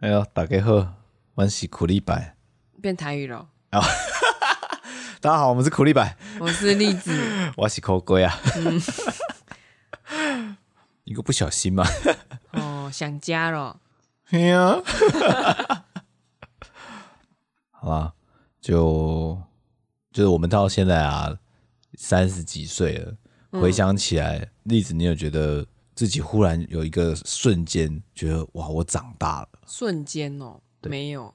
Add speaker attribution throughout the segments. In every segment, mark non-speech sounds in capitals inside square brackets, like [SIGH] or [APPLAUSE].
Speaker 1: 哎呦，大家好，我是苦力白。
Speaker 2: 变台语了。
Speaker 1: 大家好，我们是苦力白，
Speaker 2: 我是栗子，
Speaker 1: 我是苦龟啊。
Speaker 2: 嗯
Speaker 1: [LAUGHS] 一个不小心嘛，
Speaker 2: 哦，想家了。
Speaker 1: 哎呀， [LAUGHS] 好吧，就就是我们到现在啊，三十几岁了，
Speaker 2: 嗯
Speaker 1: 回想起来，栗子，你有觉得自己忽然有一个瞬间觉得哇，我长大了
Speaker 2: 瞬间哦，没有，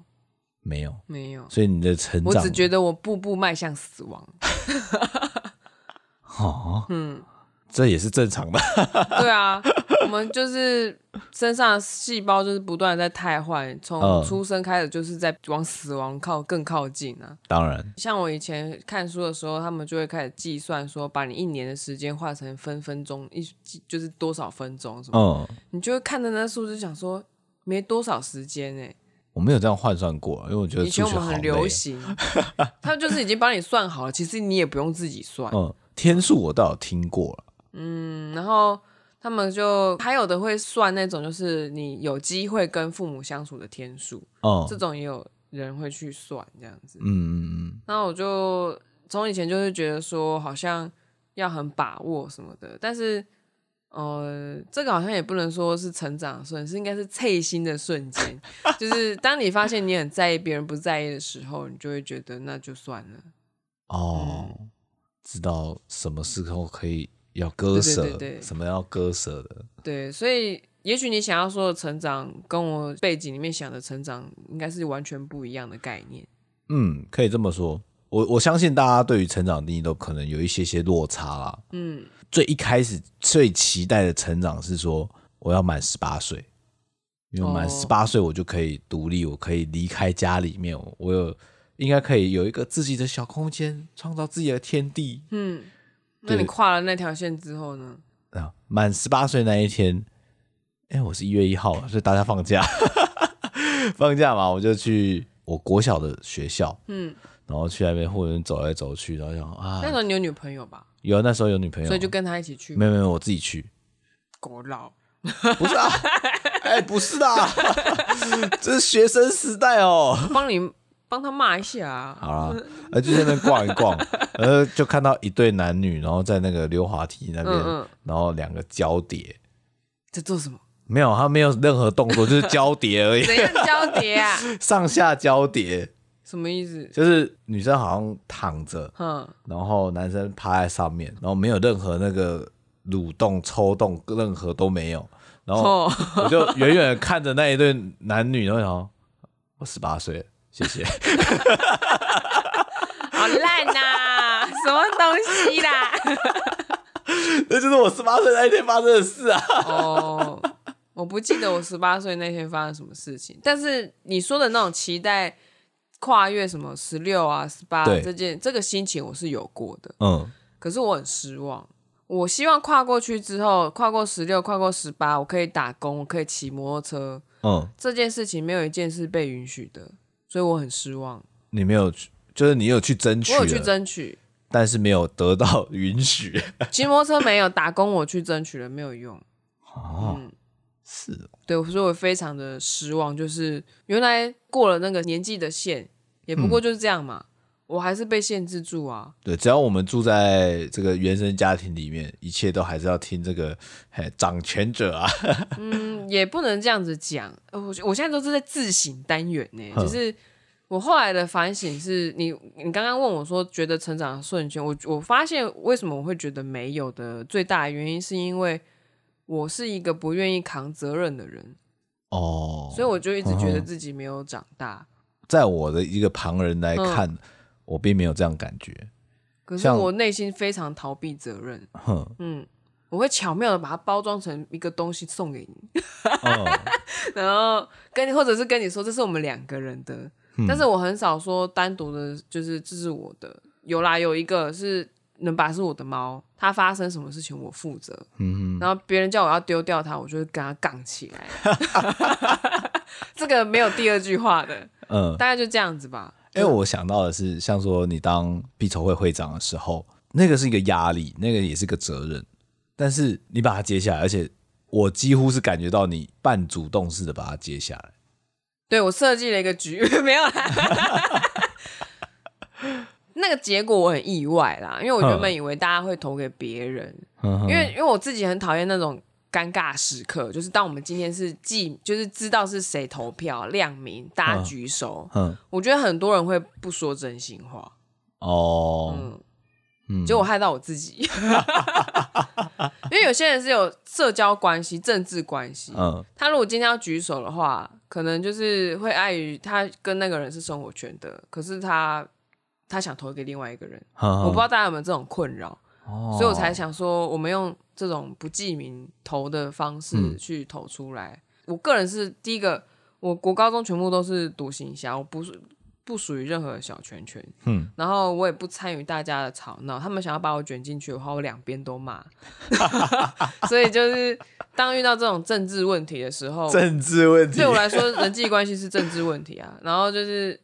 Speaker 1: 没有？
Speaker 2: 没有，
Speaker 1: 所以你的成
Speaker 2: 我
Speaker 1: 长
Speaker 2: 只，觉得我步步迈向死亡。
Speaker 1: 哦，嗯，这也是正常的。
Speaker 2: 对啊，我们就是身上的细胞就是不断的在汰换，从
Speaker 1: 嗯
Speaker 2: 出生开始就是在往死亡靠更靠近啊。
Speaker 1: 当然，
Speaker 2: 像我以前看书的时候，他们就会开始计算说，把你一年的时间换成分分钟，一就是多少分钟什么，
Speaker 1: 嗯，
Speaker 2: 你就会看着那数字想说，没多少时间哎、
Speaker 1: 我没有这样换算过，因为我觉得
Speaker 2: 以前
Speaker 1: 数
Speaker 2: 我
Speaker 1: 学
Speaker 2: 们
Speaker 1: 好
Speaker 2: 很
Speaker 1: 累
Speaker 2: 流
Speaker 1: 哦。 [LAUGHS]
Speaker 2: 行，他们就是已经帮你算好了，其实你也不用自己算。
Speaker 1: 嗯，天数我倒有听过了。
Speaker 2: 嗯，然后他们就还有的会算那种，就是你有机会跟父母相处的天数，
Speaker 1: 嗯
Speaker 2: 这种也有人会去算这样子。
Speaker 1: 嗯嗯
Speaker 2: 那我就从以前就是觉得说，好像要很把握什么的，但是。呃，这个好像也不能说是成长的瞬，是应该是脆心的瞬间，就是当你发现你很在意别人不在意的时候，你就会觉得那就算了。
Speaker 1: 哦，
Speaker 2: 嗯
Speaker 1: 知道什么时候可以要割舍，
Speaker 2: 对对对对
Speaker 1: 什么要割舍的。
Speaker 2: 对，所以也许你想要说的成长，跟我背景里面想的成长，应该是完全不一样的概念。
Speaker 1: 嗯，可以这么说。我我相信大家对于成长定义都可能有一些些落差啦。
Speaker 2: 嗯，
Speaker 1: 最一开始最期待的成长是说，我要满十八岁，因为满
Speaker 2: 哦
Speaker 1: 十八岁我就可以独立，我可以离开家里面，我我有应该可以有一个自己的小空间，创造自己的天地。
Speaker 2: 嗯那
Speaker 1: 对
Speaker 2: 你跨了那条线之后呢？
Speaker 1: 啊，满十八岁那一天，哎、我是一月一号，所以大家放假， [LAUGHS] 放假嘛，我就去我国小的学校，
Speaker 2: 嗯，
Speaker 1: 然后去那边或者走来走去，然后想啊
Speaker 2: 那，时候你有女朋友吧？
Speaker 1: 有那时候有女朋友，
Speaker 2: 所以就跟她一起去。
Speaker 1: 没有没有，我自己去，
Speaker 2: 狗老，
Speaker 1: 不
Speaker 2: [LAUGHS]
Speaker 1: 是啊，哎、不是的， [LAUGHS] 这是学生时代哦。
Speaker 2: 帮你帮他骂一下、啊。
Speaker 1: 好啦，呃，就在那边逛一
Speaker 2: [LAUGHS]
Speaker 1: 逛，呃，就看到一对男女，然后在那个溜滑梯那边，
Speaker 2: 嗯嗯
Speaker 1: 然后两个交叠，
Speaker 2: 在做
Speaker 1: [LAUGHS]
Speaker 2: 什么？
Speaker 1: 没有，他没有任何动作，就是交叠而已。
Speaker 2: 怎样交叠啊？
Speaker 1: 上下交叠，
Speaker 2: 什么意思？
Speaker 1: 就是女生好像躺着，
Speaker 2: 嗯，
Speaker 1: 然后男生趴在上面，然后没有任何那个蠕动、抽动，任何都没有。然后
Speaker 2: 哦，
Speaker 1: 我就远远地看着那一对男女，然后想说我十八岁了，谢谢。
Speaker 2: 好烂呐、什么东西啦？
Speaker 1: 那就是我十八岁那一天发生的事啊。
Speaker 2: 哦，我不记得我十八岁那天发生什么事情，但是你说的那种期待跨越什么十六啊、十八
Speaker 1: 对
Speaker 2: 这件这个心情，我是有过的，
Speaker 1: 嗯，
Speaker 2: 可是我很失望。我希望跨过去之后，跨过十六、跨过十八，我可以打工，我可以骑摩托车。
Speaker 1: 嗯，
Speaker 2: 这件事情没有一件是被允许的，所以我很失望。
Speaker 1: 你没有去，就是你有去争取
Speaker 2: 我有去
Speaker 1: 了，
Speaker 2: 争取，
Speaker 1: 但是没有得到允 [LAUGHS] 许。
Speaker 2: 骑摩托车没有，打工我去争取了，没有用。
Speaker 1: 哦，
Speaker 2: 嗯
Speaker 1: 是哦，
Speaker 2: 对，所以我非常的失望，就是原来过了那个年纪的线，也
Speaker 1: 嗯
Speaker 2: 不过就是这样嘛，我还是被限制住啊。
Speaker 1: 对，只要我们住在这个原生家庭里面，一切都还是要听这个嘿掌权者啊。
Speaker 2: 嗯，也不能这样子讲，呃我我现在都是在自省单元呢、
Speaker 1: 哼
Speaker 2: 就是我后来的反省是你，你刚刚问我说觉得成长的瞬间，我我发现为什么我会觉得没有的最大的原因是因为我是一个不愿意扛责任的人，
Speaker 1: 哦，
Speaker 2: 所以我就一直觉得自己没有长大。
Speaker 1: 在我的一个旁人来看，
Speaker 2: 嗯
Speaker 1: 我并没有这样感觉。
Speaker 2: 可是
Speaker 1: 像
Speaker 2: 我内心非常逃避责任，
Speaker 1: 哼，
Speaker 2: 嗯，我会巧妙的把它包装成一个东西送给你，
Speaker 1: 嗯，
Speaker 2: [LAUGHS] 然后跟你或者是跟你说这是我们两个人的，但是我很少说单独的，就是这是我的。有啦，有一个是能把是我的猫，它发生什么事情我负责，
Speaker 1: 嗯
Speaker 2: 然后别人叫我要丢掉它，我就会跟它杠起来。 [LAUGHS] 这个没有第二句话的，
Speaker 1: 嗯，
Speaker 2: 大概就这样子吧。
Speaker 1: 因为我想到的是，像说你当必筹会会长的时候，那个是一个压力，那个也是个责任，但是你把它接下来，而且我几乎是感觉到你半主动式的把它接下来。
Speaker 2: 对我设计了一个局， [LAUGHS] 没有啦。那个结果我很意外啦，因为我原本以为大家会投给别人，
Speaker 1: 因
Speaker 2: 因为因为我自己很讨厌那种尴尬时刻，就是当我们今天是记，就是知道是谁投票亮明，大家
Speaker 1: 嗯
Speaker 2: 举手，
Speaker 1: 嗯
Speaker 2: 我觉得很多人会不说真心话，
Speaker 1: 哦，
Speaker 2: 嗯，
Speaker 1: 嗯，
Speaker 2: 结果我害到我自己， [LAUGHS] 因为有些人是有社交关系、政治关系，
Speaker 1: 嗯
Speaker 2: 他如果今天要举手的话，可能就是会碍于他跟那个人是生活圈的，可是他他想投给另外一个人，
Speaker 1: 哦
Speaker 2: 我不知道大家有没有这种困扰，
Speaker 1: 道
Speaker 2: 所以我才想说，我们用这种不记名投的方式
Speaker 1: 嗯
Speaker 2: 去投出来。我个人是第一个，我国高中全部都是独行侠，我不是不属于任何小圈圈，
Speaker 1: 嗯
Speaker 2: 然后我也不参与大家的吵闹，他们想要把我卷进去的话，我两边都骂。 [LAUGHS] 所以就是当遇到这种政治问题的时候，
Speaker 1: 政治问题
Speaker 2: 对我来说人际关系是政治问题啊。然后就是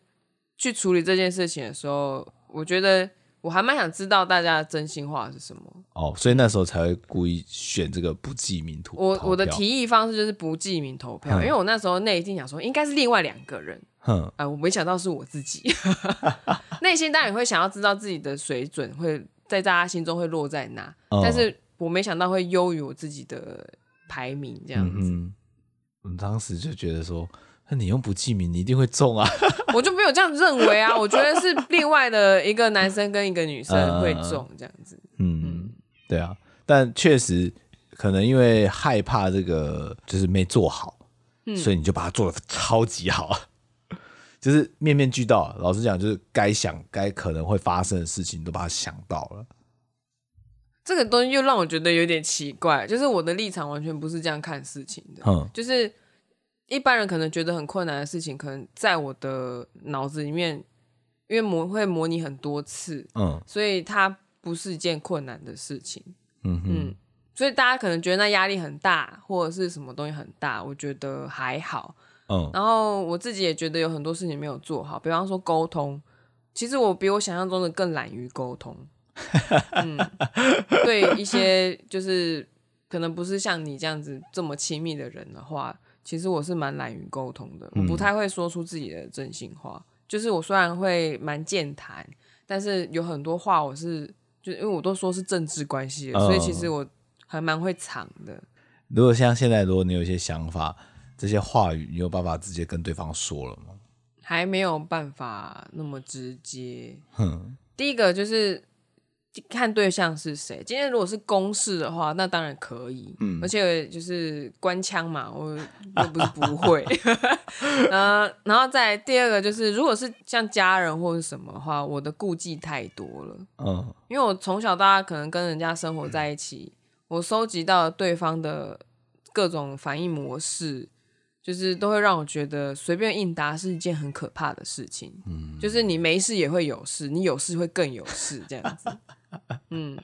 Speaker 2: 去处理这件事情的时候，我觉得我还蛮想知道大家的真心话是什么。
Speaker 1: 哦，所以那时候才会故意选这个不记名图。
Speaker 2: 我
Speaker 1: 投
Speaker 2: 我的
Speaker 1: 票
Speaker 2: 提，议方式就是不记名投票，
Speaker 1: 嗯
Speaker 2: 因为我那时候内心想说应该是另外两个人。
Speaker 1: 哼，
Speaker 2: 啊，我没想到是我自
Speaker 1: [LAUGHS]
Speaker 2: 己， [LAUGHS] 内心当然也会想要知道自己的水准会在大家心中会落在哪，
Speaker 1: 嗯
Speaker 2: 但是我没想到会优于我自己的排名这样
Speaker 1: 嗯
Speaker 2: 子，
Speaker 1: 嗯，我们当时就觉得说，那你用不记名，你一定会中啊。
Speaker 2: 我就没有这样认为啊，我觉得是另外的一个男生跟一个女生会中这样子，
Speaker 1: 嗯，对啊，但确实可能因为害怕这个就是没做好，所以你就把它做的超级好， [LAUGHS] 就是面面俱到。老实讲，就是该想该可能会发生的事情都把它想到了。
Speaker 2: 这个东西又让我觉得有点奇怪，就是我的立场完全不是这样看事情的，
Speaker 1: 哼，
Speaker 2: 就是一般人可能觉得很困难的事情，可能在我的脑子里面，因为模会模拟很多次，
Speaker 1: 嗯
Speaker 2: 所以它不是一件困难的事情。
Speaker 1: 嗯哼，
Speaker 2: 嗯，所以大家可能觉得那压力很大，或者是什么东西很大，我觉得还好。
Speaker 1: 嗯
Speaker 2: 然后我自己也觉得有很多事情没有做好，比方说沟通，其实我比我想象中的更懒于沟通。嗯，对一些就是可能不是像你这样子这么亲密的人的话，其实我是蛮懒于沟通的，我不太会说出自己的真心话。就是我虽然会蛮健谈，但是有很多话我是就因为我都说是政治关系的，所以其实我还蛮会藏的。
Speaker 1: 如果像现在，如果你有一些想法，这些话语，你有办法直接跟对方说了吗？
Speaker 2: 还没有办法那么直接，
Speaker 1: 哼，
Speaker 2: 第一个就是看对象是谁。今天如果是公事的话，那当然可以，嗯，而且就是官腔嘛，我又不是不会。 [LAUGHS] 呃，然后再来第二个就是，如果是像家人或者什么的话，我的顾忌太多了，
Speaker 1: 嗯
Speaker 2: 因为我从小到大可能跟人家生活在一起，我收集到对方的各种反应模式。就是都会让我觉得随便应答是一件很可怕的事情，
Speaker 1: 嗯，
Speaker 2: 就是你没事也会有事，你有事会更有事，这样子。嗯，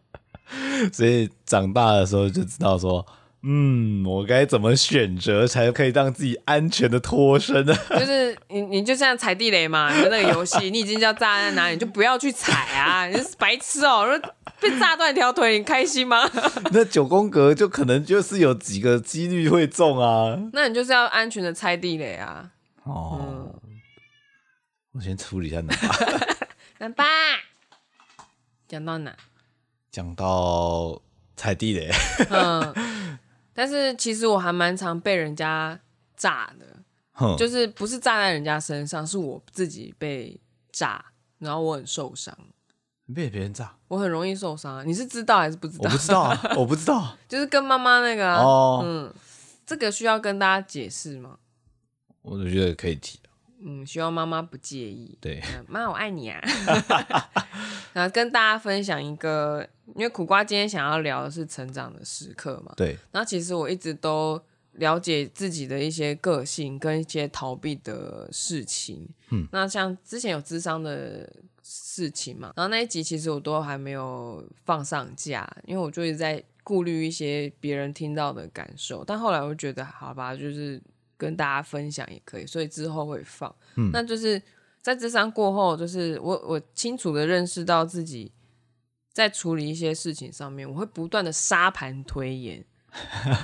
Speaker 1: 所以长大的时候就知道说，嗯，我该怎么选择才可以让自己安全的脱身呢？
Speaker 2: 就是你你就像踩地雷嘛，你的那个游戏，你已经知道炸弹在哪里，你就不要去踩啊！你是白痴哦、如果被炸断一条腿，你开心吗？ [LAUGHS]
Speaker 1: [LAUGHS] 那九宫格就可能就是有几个几率会中啊。
Speaker 2: 那你就是要安全的踩地雷啊！
Speaker 1: 哦，我先处理一下脑。
Speaker 2: 南爸，讲到哪？
Speaker 1: 讲到踩地雷，
Speaker 2: 嗯，但是其实我还蛮常被人家炸的，
Speaker 1: 哼，
Speaker 2: 就是不是炸在人家身上，是我自己被炸，然后我很受伤。
Speaker 1: 被别人炸，
Speaker 2: [LAUGHS] 我很容易受伤啊，你是知道还是不知
Speaker 1: 我
Speaker 2: 道？
Speaker 1: 不知道啊，我不知道啊。
Speaker 2: [LAUGHS] 就是跟妈妈那个、啊、
Speaker 1: 哦
Speaker 2: 嗯，这个需要跟大家解释吗？
Speaker 1: 我就觉得可以提，
Speaker 2: 嗯，希望妈妈不介意。
Speaker 1: 对，
Speaker 2: 嗯妈，我爱你啊！ [LAUGHS] 然后跟大家分享一个，因为苦瓜今天想要聊的是成长的时刻嘛。
Speaker 1: [LAUGHS] 对，
Speaker 2: 然后其实我一直都了解自己的一些个性跟一些逃避的事情。
Speaker 1: 嗯，
Speaker 2: 那像之前有智商的事情嘛，然后那一集其实我都还没有放上架，因为我就一直在顾虑一些别人听到的感受。但后来我就觉得，好吧，就是跟大家分享也可以，所以之后会放。
Speaker 1: 嗯
Speaker 2: 那就是在智商过后，就是我我清楚的认识到自己。在处理一些事情上面，我会不断的沙盘推演，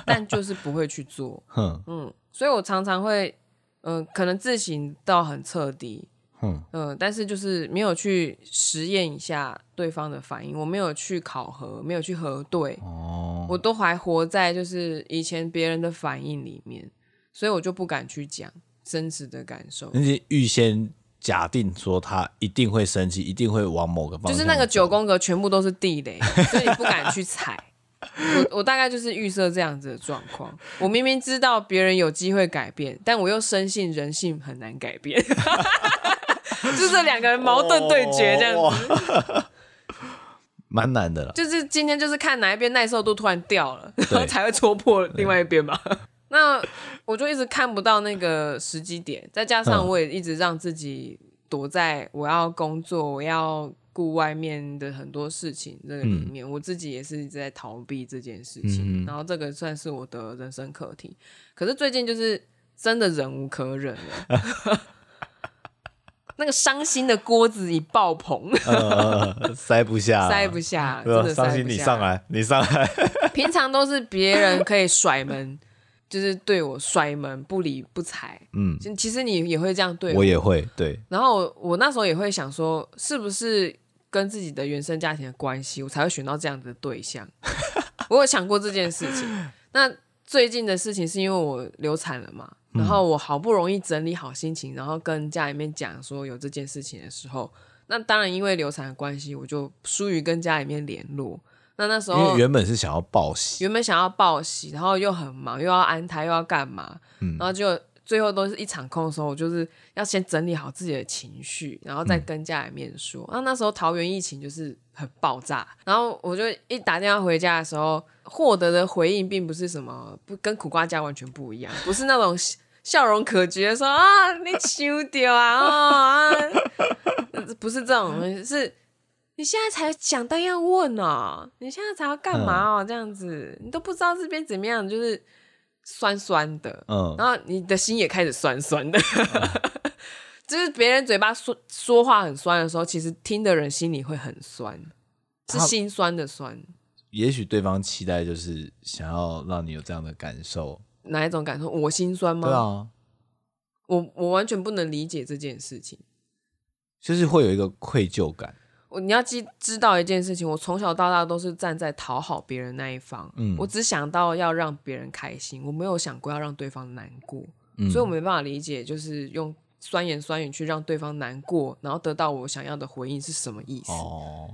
Speaker 2: 但就是不会去做。
Speaker 1: 哼，
Speaker 2: 嗯，所以我常常会嗯、可能自省到很彻底，
Speaker 1: 哼，
Speaker 2: 嗯，但是就是没有去实验一下对方的反应，我没有去考核，没有去核对，
Speaker 1: 哦，
Speaker 2: 我都还活在就是以前别人的反应里面，所以我就不敢去讲真实的感受。
Speaker 1: 那你预先假定说他一定会生气，一定会往某个方向
Speaker 2: 就
Speaker 1: 走，
Speaker 2: 是那个九宫格全部都是
Speaker 1: [LAUGHS]
Speaker 2: 地雷，所以你不敢去踩。我我大概就是预设这样子的状况。我明明知道别人有机会改变，但我又深信人性很难改变， [LAUGHS] 就这两个人矛盾对决这样子。
Speaker 1: 子，哦 [LAUGHS] 蛮难的了。
Speaker 2: 就是今天就是看哪一边耐受度突然掉了，然后
Speaker 1: 对
Speaker 2: 才会戳破另外一边嘛。 [LAUGHS] 那我就一直看不到那个时机点，再加上
Speaker 1: 嗯
Speaker 2: 我也一直让自己躲在我要工作，我要顾外面的很多事情这个里面，我自己也是一直在逃避这件事情。
Speaker 1: 嗯嗯哼
Speaker 2: 然后这个算是我的人生课题。可是最近就是真的忍无可忍了，
Speaker 1: [LAUGHS]
Speaker 2: 那个伤心的锅子已爆棚，
Speaker 1: 呃，塞不下，
Speaker 2: 塞不下，
Speaker 1: 对
Speaker 2: 真
Speaker 1: 吧
Speaker 2: 的塞
Speaker 1: 伤
Speaker 2: 不下。
Speaker 1: 心你上来，你上来，
Speaker 2: 平常都是别人可以甩门， [LAUGHS] 就是对我甩门不理不睬。
Speaker 1: 嗯，
Speaker 2: 其其实你也会这样对啊
Speaker 1: 我也会，对，
Speaker 2: 然后我我那时候也会想说，是不是跟自己的原生家庭的关系，我才会选到这样的对象？ [LAUGHS] 我有想过这件事情。那最近的事情是因为我流产了嘛，
Speaker 1: 嗯
Speaker 2: 然后我好不容易整理好心情，然后跟家里面讲说有这件事情的时候，那当然因为流产的关系，我就疏于跟家里面联络。那那时
Speaker 1: 因
Speaker 2: 候
Speaker 1: 为原本是想要报喜，
Speaker 2: 原本想要报喜，然后又很忙，又要安胎，又要干嘛，然后就最后都是一场空的时候，我就是要先整理好自己的情绪，然后再跟家里面说。那、那时候桃园疫情就是很爆炸，然后我就一打电话回家的时候，获得的回应并不是什么不跟苦瓜家完全不一样，不是那种笑。笑容可掬的说啊，你丢
Speaker 1: [LAUGHS]
Speaker 2: 掉啊哦啊，不是这种，是你现在才想到要问哦，你现在才要干嘛哦？
Speaker 1: 嗯
Speaker 2: 这样子，你都不知道这边怎么样，就是酸酸的，
Speaker 1: 嗯，
Speaker 2: 然后你的心也开始酸酸的。 [LAUGHS] 就是别人嘴巴说说话很酸的时候，其实听的人心里会很酸，是
Speaker 1: 他
Speaker 2: 心酸的酸。
Speaker 1: 也许对方期待就是想要让你有这样的感受，
Speaker 2: 哪一种感受？我心酸吗？
Speaker 1: 对啊，
Speaker 2: 我我完全不能理解这件事情。
Speaker 1: 就是会有一个愧疚感，
Speaker 2: 我你要知知道一件事情，我从小到大都是站在讨好别人那一方，
Speaker 1: 嗯
Speaker 2: 我只想到要让别人开心，我没有想过要让对方难过，
Speaker 1: 嗯，
Speaker 2: 所以我没办法理解，就是用酸言酸语去让对方难过，然后得到我想要的回应是什么意思？
Speaker 1: 哦，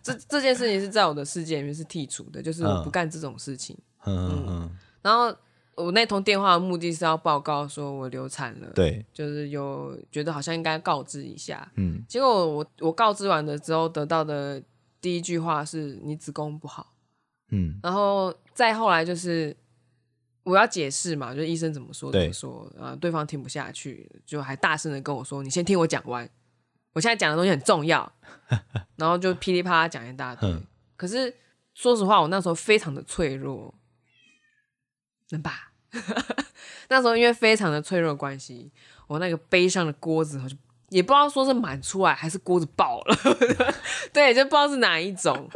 Speaker 2: 这这件事情是在我的世界里面是剔除的，就是我不
Speaker 1: 嗯
Speaker 2: 干这种事情。
Speaker 1: 嗯嗯，
Speaker 2: 然后我那通电话的目的是要报告说我流产了，，
Speaker 1: 对，
Speaker 2: 就是有觉得好像应该告知一下，
Speaker 1: 嗯，
Speaker 2: 结果我我告知完了之后，得到的第一句话是你子宫不好，
Speaker 1: 嗯，
Speaker 2: 然后再后来就是我要解释嘛，就是医生怎么说怎
Speaker 1: 对
Speaker 2: 么说，啊，对方听不下去，就还大声的跟我说：“你先听我讲完，我现在讲的东西很重要。”然后就噼里啪啦讲一大堆
Speaker 1: 嗯。
Speaker 2: 可是说实话，我那时候非常的脆弱，能吧？ [LAUGHS] 那时候因为非常的脆弱的关系，我那个悲伤的锅子就也不知道说是满出来还是锅子爆了， [LAUGHS] 对，就不知道是哪一种，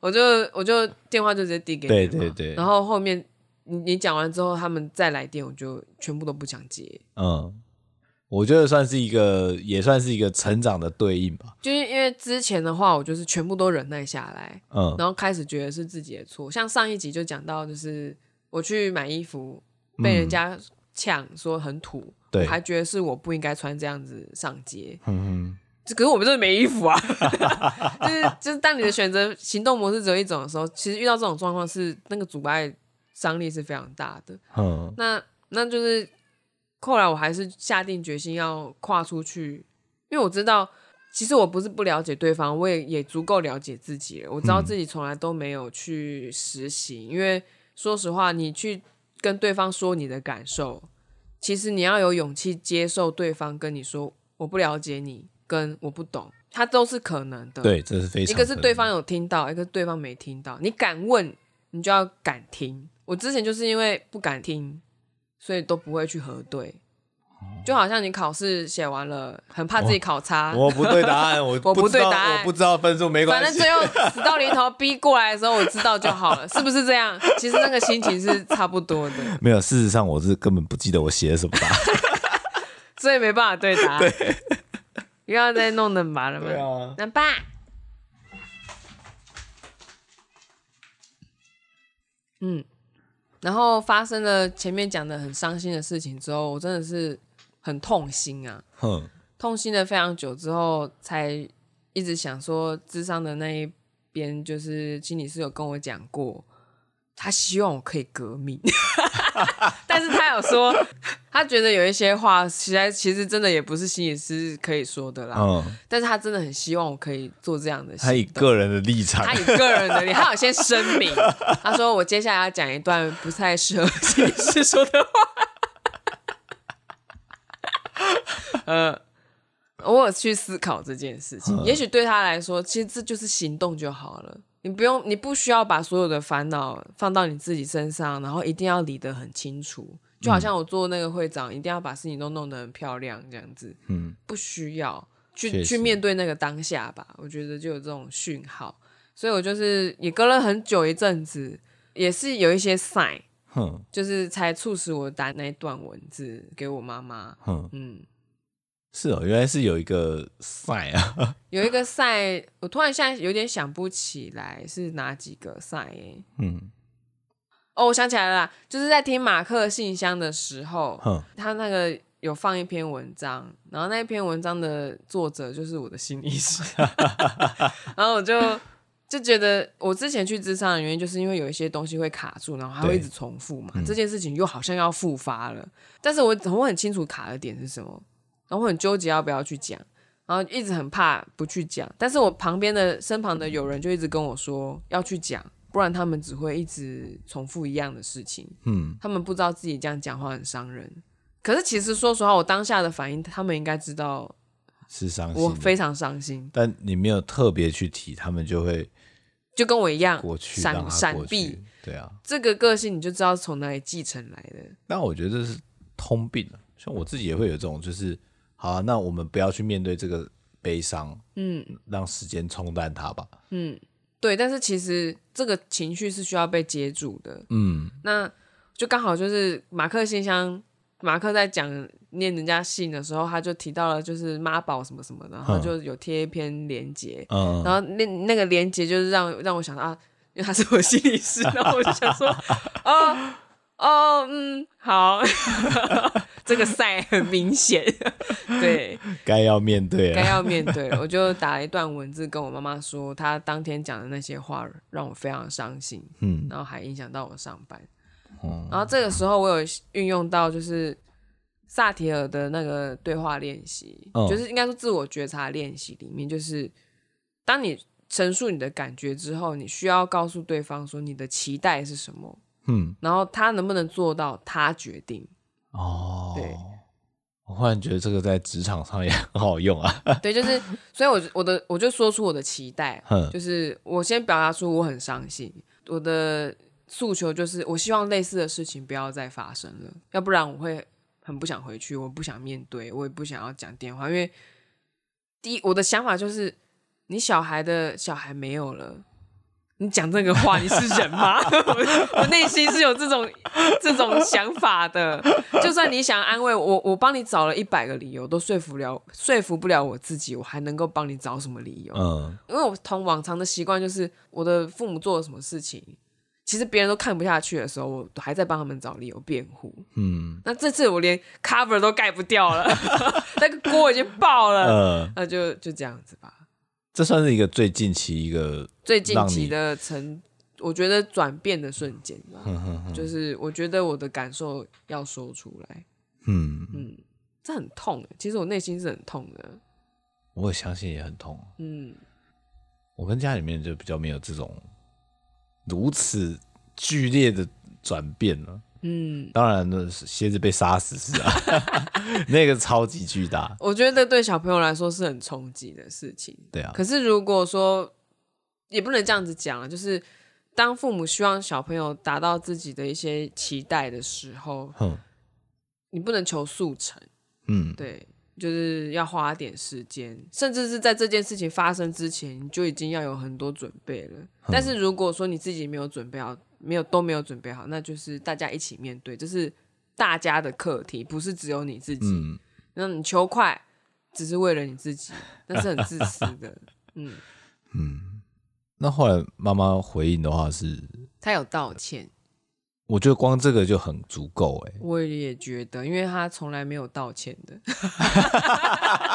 Speaker 2: 我就我就电话就直接递给你
Speaker 1: 对
Speaker 2: 了嘛
Speaker 1: 对对
Speaker 2: 然后后面你你讲完之后，他们再来电，我就全部都不想接，
Speaker 1: 嗯，我觉得算是一个，也算是一个成长的对应吧。
Speaker 2: 就是因为之前的话，我就是全部都忍耐下来，
Speaker 1: 嗯，
Speaker 2: 然后开始觉得是自己的错。像上一集就讲到，就是我去买衣服被
Speaker 1: 嗯
Speaker 2: 人家呛说很土，
Speaker 1: 对
Speaker 2: 我还觉得是我不应该穿这样子上街。
Speaker 1: 嗯
Speaker 2: 这可是我们真的没衣服啊！ [LAUGHS] 就是就是，当你的选择行动模式只有一种的时候，其实遇到这种状况是那个阻碍张力是非常大的。
Speaker 1: 嗯
Speaker 2: 那那就是后来我还是下定决心要跨出去，因为我知道其实我不是不了解对方，我也也足够了解自己了。我
Speaker 1: 嗯
Speaker 2: 知道自己从来都没有去实行，因为说实话，你去跟对方说你的感受，其实你要有勇气接受对方跟你说我不了解你，跟我不懂，它都是可能的。，
Speaker 1: 对，这是非
Speaker 2: 一
Speaker 1: 常
Speaker 2: 个是
Speaker 1: 可
Speaker 2: 对
Speaker 1: 能
Speaker 2: 方有听到，一个是对方没听到。你敢问，你就要敢听。我之前就是因为不敢听，所以都不会去核对。
Speaker 1: 哦
Speaker 2: 就好像你考试写完了，很怕自己考差，
Speaker 1: 我不对答
Speaker 2: [LAUGHS]
Speaker 1: 案，我
Speaker 2: 我不
Speaker 1: 不知道
Speaker 2: 对答案
Speaker 1: 我不知道分数哦没
Speaker 2: 反
Speaker 1: 关
Speaker 2: 正
Speaker 1: 系
Speaker 2: 最。后死到临头逼过来的时候，我知道就好了，是不是这样？其实那个心情是差不多的。
Speaker 1: 没有，事实上我是根本不记得我写了什么答案。
Speaker 2: 所以没办法对答。对，不要再弄冷吧了嘛。
Speaker 1: 啊，
Speaker 2: 冷吧。嗯，然后发生了前面讲的很伤心的事情之后，我真的是很痛心啊，
Speaker 1: 哼，
Speaker 2: 痛心了非常久之后，才一直想说，智商的那一边就是心理师有跟我讲过，他希望我可以革命， [LAUGHS] 但是他有说，他觉得有一些话，其实其实真的也不是心理师可以说的啦，
Speaker 1: 嗯，
Speaker 2: 但是他真的很希望我可以做这样的
Speaker 1: 他以
Speaker 2: 行动。
Speaker 1: 个人的立场，
Speaker 2: 他以个人的力，他有先声
Speaker 1: [LAUGHS]
Speaker 2: 明，他说我接下来要讲一段不太适合心理师说的话。 [LAUGHS] 呃，我有去思考这件事情，
Speaker 1: 嗯
Speaker 2: 也许对他来说，其实这就是行动就好了。你不用，你不需要把所有的烦恼放到你自己身上，然后一定要理得很清楚。就好像
Speaker 1: 嗯
Speaker 2: 我做那个会长，一定要把事情都弄得很漂亮，这样子。
Speaker 1: 嗯，
Speaker 2: 不需要
Speaker 1: 确
Speaker 2: 去
Speaker 1: 实
Speaker 2: 去面对那个当下吧。我觉得就有这种讯号，所以我就是也隔了很久一阵子，也是有一些 sign，
Speaker 1: 哼
Speaker 2: 就是才促使我打那一段文字给我妈妈。
Speaker 1: 哼，
Speaker 2: 嗯，
Speaker 1: 是哦，原来是有一个赛啊， [LAUGHS]
Speaker 2: 有一个 sign，我突然现在有点想不起来是哪几个 sign 欸
Speaker 1: 嗯
Speaker 2: 哦，我想起来了啦，就是在听马克信箱的时候，
Speaker 1: 哼，
Speaker 2: 他那个有放一篇文章，然后那一篇文章的作者就是我的心理师，然后我就就觉得我之前去智商的原因，就是因为有一些东西会卡住，然后它会
Speaker 1: 对
Speaker 2: 一直重复嘛，这件事情又好像要复发了，但是我我很清楚卡的点是什么，然后我很纠结要不要去讲。然后一直很怕不去讲，但是我旁边的身旁的有人就一直跟我说要去讲，不然他们只会一直重复一样的事情。
Speaker 1: 嗯，
Speaker 2: 他们不知道自己这样讲话很伤人。可是其实说实话，我当下的反应，他们应该知道
Speaker 1: 是伤心
Speaker 2: 我
Speaker 1: 的，
Speaker 2: 非常伤心，
Speaker 1: 但你没有特别去提，他们就会
Speaker 2: 就跟我一样
Speaker 1: 过去让
Speaker 2: 闪
Speaker 1: 他
Speaker 2: 闪
Speaker 1: 过去
Speaker 2: 避，
Speaker 1: 对啊，
Speaker 2: 这个个性，你就知道从哪里继承来的。
Speaker 1: 那我觉得这是通病啊，像我自己也会有这种，就是好、啊，那我们不要去面对这个悲伤，
Speaker 2: 嗯
Speaker 1: 让时间冲淡它吧，
Speaker 2: 嗯，对。但是其实这个情绪是需要被接住的。
Speaker 1: 嗯
Speaker 2: 那就刚好就是马克信箱，马克在讲念人家信的时候，他就提到了就是妈宝什么什么的，然后
Speaker 1: 嗯
Speaker 2: 就有贴一篇连接，
Speaker 1: 嗯，
Speaker 2: 然后那那个连接就是让让我想到啊，因为他是我心理师，然后我就想说，哦哦嗯，好， [LAUGHS] 这个赛很明显，对，
Speaker 1: 该要面对啊
Speaker 2: 该
Speaker 1: 了，
Speaker 2: 要面对了。我就打了一段文字跟我妈妈说，她当天讲的那些话让我非常伤心，
Speaker 1: 嗯
Speaker 2: 然后还影响到我上班。
Speaker 1: 嗯
Speaker 2: 然后这个时候我有运用到就是萨提尔的那个对话练习，
Speaker 1: 嗯
Speaker 2: 就是应该说自我觉察练习里面，就是当你陈述你的感觉之后，你需要告诉对方说你的期待是什么，
Speaker 1: 嗯，
Speaker 2: 然后他能不能做到，他决定。
Speaker 1: 哦，
Speaker 2: 对
Speaker 1: 我忽然觉得这个在职场上也很好用啊， [LAUGHS]
Speaker 2: 对，就是所以我就，我的我就说出我的期待，
Speaker 1: 哼，
Speaker 2: 就是我先表达出我很伤心，我的诉求就是我希望类似的事情不要再发生了，要不然我会很不想回去，我不想面对，我也不想要讲电话，因为第一我的想法就是你小孩的小孩没有了。你讲这个话，你是人吗？ [LAUGHS] 我我内心是有这种这种想法的。就算你想安慰我，我我帮你找了一百个理由，都说服了说服不了我自己，我还能够帮你找什么理由？
Speaker 1: 嗯
Speaker 2: 因为我同往常的习惯就是，我的父母做了什么事情，其实别人都看不下去的时候，我还在帮他们找理由辩护。
Speaker 1: 嗯
Speaker 2: 那这次我连 cover 都盖不掉了， [LAUGHS] 那个锅已经爆了，
Speaker 1: 呃，
Speaker 2: 那就就这样子吧。
Speaker 1: 这算是一个最近期一个，
Speaker 2: 最近期的成，我觉得转变的瞬间吧，
Speaker 1: 哼哼哼，
Speaker 2: 就是我觉得我的感受要说出来，
Speaker 1: 嗯，
Speaker 2: 嗯，这很痛欸，其实我内心是很痛的，
Speaker 1: 我相信也很痛。
Speaker 2: 嗯，
Speaker 1: 我跟家里面就比较没有这种如此剧烈的转变了。
Speaker 2: 嗯，
Speaker 1: 当然呢，蝎子被杀死是
Speaker 2: [LAUGHS]
Speaker 1: 啊，那个超级巨大。
Speaker 2: 我觉得对小朋友来说是很冲击的事情，
Speaker 1: 对啊，
Speaker 2: 可是如果说也不能这样子讲啊，就是当父母希望小朋友达到自己的一些期待的时候，
Speaker 1: 哼，
Speaker 2: 你不能求速成，
Speaker 1: 嗯，
Speaker 2: 对，就是要花点时间，甚至是在这件事情发生之前，你就已经要有很多准备了。
Speaker 1: 嗯
Speaker 2: 但是如果说你自己没有准备好，没有都没有准备好，那就是大家一起面对，这是大家的课题，不是只有你自己。
Speaker 1: 嗯，
Speaker 2: 那你求快，只是为了你自己，那是很自私的。 [LAUGHS] 嗯，
Speaker 1: 那后来妈妈回应的话是，
Speaker 2: 他有道歉，
Speaker 1: 我觉得光这个就很足够
Speaker 2: [LAUGHS]
Speaker 1: 哎、
Speaker 2: 我也觉得，因为他从来没有道歉的。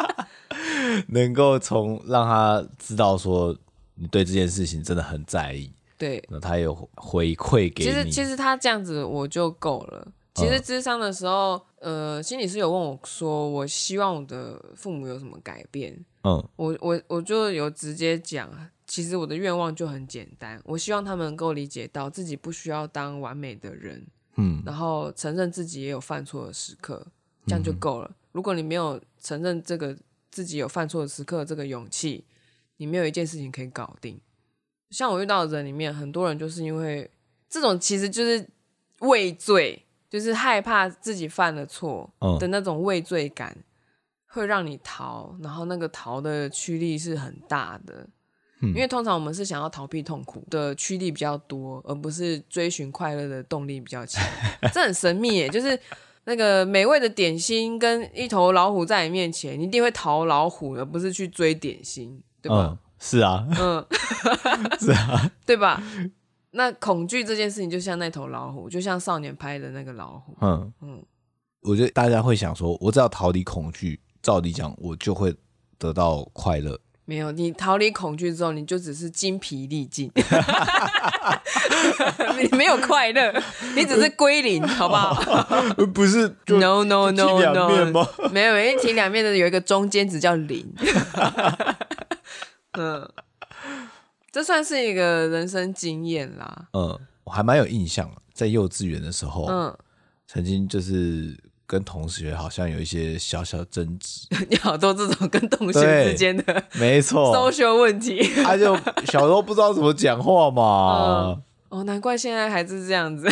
Speaker 2: [LAUGHS]
Speaker 1: 能够从让他知道说你对这件事情真的很在意，
Speaker 2: 对，
Speaker 1: 那他也有回馈给
Speaker 2: 其实
Speaker 1: 你。嗯
Speaker 2: 其实他这样子我就够了。其实智商的时候，呃，心理师有问我说，我希望我的父母有什么改变，
Speaker 1: 嗯
Speaker 2: 我我我就有直接讲，其实我的愿望就很简单，我希望他们能够理解到自己不需要当完美的人，
Speaker 1: 嗯，
Speaker 2: 然后承认自己也有犯错的时刻，这样就够了。如果你没有承认这个自己有犯错的时刻这个勇气，你没有一件事情可以搞定。像我遇到的人里面，很多人就是因为这种，其实就是畏罪，就是害怕自己犯了错
Speaker 1: 嗯
Speaker 2: 的那种畏罪感，会让你逃，然后那个逃的驱力是很大的。因为通常我们是想要逃避痛苦的驱力比较多，而不是追寻快乐的动力比较强。 [LAUGHS] 这很神秘耶，就是那个美味的点心跟一头老虎在你面前，你一定会逃老虎，而不是去追点心，对吧？
Speaker 1: 嗯，是啊， [LAUGHS]
Speaker 2: 嗯， [LAUGHS] 是啊，对吧？那恐惧这件事情就像那头老虎，就像少年拍的那个老虎，
Speaker 1: 嗯
Speaker 2: 嗯
Speaker 1: 嗯，我觉得大家会想说，我只要逃离恐惧，照理讲我就会得到快乐。
Speaker 2: 没有你逃离恐惧之后，你就只是精疲力
Speaker 1: [LAUGHS]
Speaker 2: 尽， [LAUGHS] 你没有快乐，你只是归零，好不好？
Speaker 1: [LAUGHS] 呃不是
Speaker 2: no no
Speaker 1: 踢
Speaker 2: no
Speaker 1: 两
Speaker 2: no，
Speaker 1: 面吗
Speaker 2: 没有，没有，提两面的有一个中间值叫零。
Speaker 1: [LAUGHS]
Speaker 2: 嗯，这算是一个人生经验啦。
Speaker 1: 嗯，我还蛮有印象，在幼稚园的时候，
Speaker 2: 嗯， [LAUGHS]
Speaker 1: 曾经就是跟同学好像有一些小小争
Speaker 2: [LAUGHS]
Speaker 1: 执，
Speaker 2: 你好多这种跟同学
Speaker 1: 对哦
Speaker 2: 之间的
Speaker 1: 没错，
Speaker 2: social 问题。
Speaker 1: 他就小时候不知道怎么讲话嘛，
Speaker 2: 哦，难怪现在还是这样子。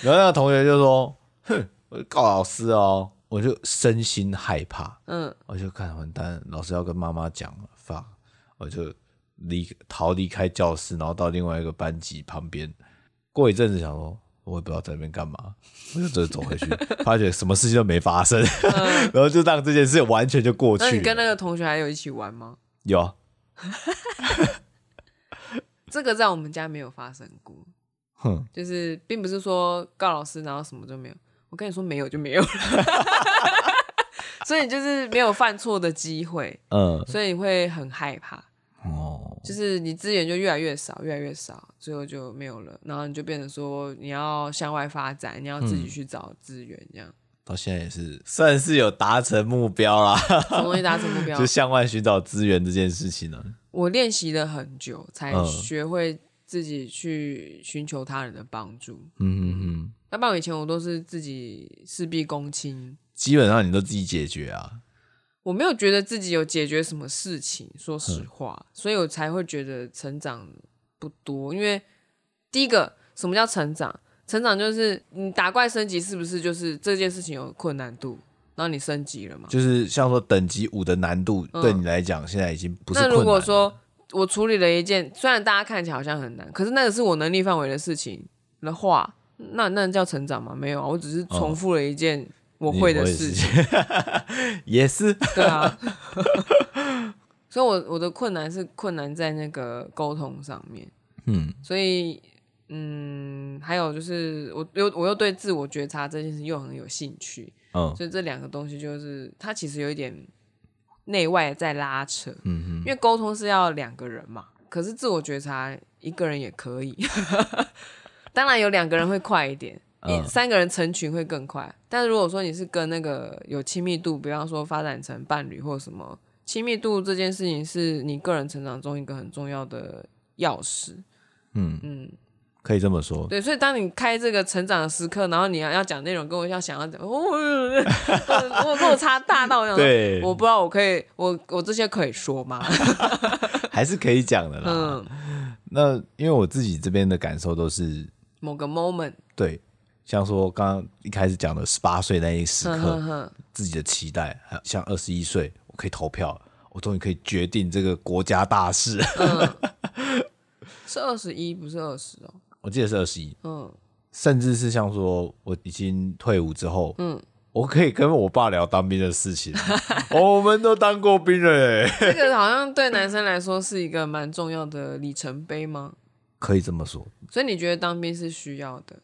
Speaker 1: 然后那个同学就说：“哼，我告老师哦。”我就身心害怕，
Speaker 2: 嗯，
Speaker 1: 我就看完蛋，老师要跟妈妈讲了，发，我就离逃离开教室，然后到另外一个班级旁边。过一阵子想说，我也不知道在那边干嘛，我就走走回去，发觉什么事情都没发生， [LAUGHS] 然后就让这件事完全就过
Speaker 2: 嗯那
Speaker 1: 去
Speaker 2: 你
Speaker 1: 了。
Speaker 2: 跟那个同学还有一起玩吗？
Speaker 1: 有啊
Speaker 2: 这个在我们家没有发生过，
Speaker 1: 哼，
Speaker 2: 就是并不是说告老师然后什么都没有。我跟你说没有就没有了， [LAUGHS] 所以你就是没有犯错的机会。
Speaker 1: 嗯，
Speaker 2: 所以你会很害怕，
Speaker 1: 哦，
Speaker 2: 就是你资源就越来越少，越来越少，最后就没有了，然后你就变成说你要向外发展，你要自
Speaker 1: 嗯
Speaker 2: 己去找资源，这样、
Speaker 1: 到现在也是算是有达成目标啦，
Speaker 2: 什么东西达成目标
Speaker 1: 就？向外寻找资源这件事情啊呢、
Speaker 2: 我练习了很久，才
Speaker 1: 嗯
Speaker 2: 学会自己去寻求他人的帮助，
Speaker 1: 嗯嗯嗯，
Speaker 2: 要不然我以前我都是自己事必躬亲。
Speaker 1: 基本上你都自己解决啊，
Speaker 2: 我没有觉得自己有解决什么事情，说实
Speaker 1: 嗯
Speaker 2: 话，所以我才会觉得成长不多。因为第一个，什么叫成长？成长就是你打怪升级，是不是就是这件事情有困难度，然后你升级了嘛？
Speaker 1: 就是像说等级五的难度
Speaker 2: 嗯
Speaker 1: 对你来讲，现在已经不是
Speaker 2: 那
Speaker 1: 困难。
Speaker 2: 如果说我处理了一件，虽然大家看起来好像很难，可是那个是我能力范围的事情的话，那那叫成长吗？没有啊，我只是重复了一件我
Speaker 1: 哦你
Speaker 2: 会的事情。
Speaker 1: 情 [LAUGHS] 也是，
Speaker 2: [LAUGHS] 对啊，所以我我的困难是困难在那个沟通上面，
Speaker 1: 嗯
Speaker 2: 所以嗯，还有就是我又我又对自我觉察这件事又很有兴趣，
Speaker 1: 嗯
Speaker 2: 所以这两个东西就是它其实有一点内外在拉扯，
Speaker 1: 嗯
Speaker 2: 因为沟通是要两个人嘛，可是自我觉察一个人也可以， [LAUGHS] 当然有两个人会快一点，一、
Speaker 1: 嗯
Speaker 2: 三个人成群会更快。但是如果说你是跟那个有亲密度，比方说发展成伴侣或什么，亲密度这件事情是你个人成长中一个很重要的钥匙。
Speaker 1: 嗯嗯，
Speaker 2: 嗯，
Speaker 1: 可以这么说。
Speaker 2: 对，所以当你开这个成长的时刻，然后你要要讲内容，跟我要想要讲，哦，我我跟我差大到我想说
Speaker 1: 对
Speaker 2: 啊我不知道我可以，我我这些可以说吗？
Speaker 1: [LAUGHS] 还是可以讲的啦。
Speaker 2: 嗯，
Speaker 1: 那因为我自己这边的感受都是
Speaker 2: 某个 moment。
Speaker 1: 对，像说刚刚一开始讲的十八岁那一时
Speaker 2: 哼
Speaker 1: 刻，
Speaker 2: 哼哼，
Speaker 1: 自己的期待，还有像二十一岁我可以投票，我终于可以决定这个国家大事。 [LAUGHS]
Speaker 2: 是二十一，不是二十哦。
Speaker 1: 我记得是二十一，
Speaker 2: 嗯
Speaker 1: 甚至是像说我已经退伍之后，
Speaker 2: 嗯，
Speaker 1: 我可以跟我爸聊当兵的事情， [LAUGHS] 我们都当过兵了耶，
Speaker 2: 这个好像对男生来说是一个蛮重要的里程碑吗？
Speaker 1: [LAUGHS] 可以这么说。
Speaker 2: 所以你觉得当兵是需要的，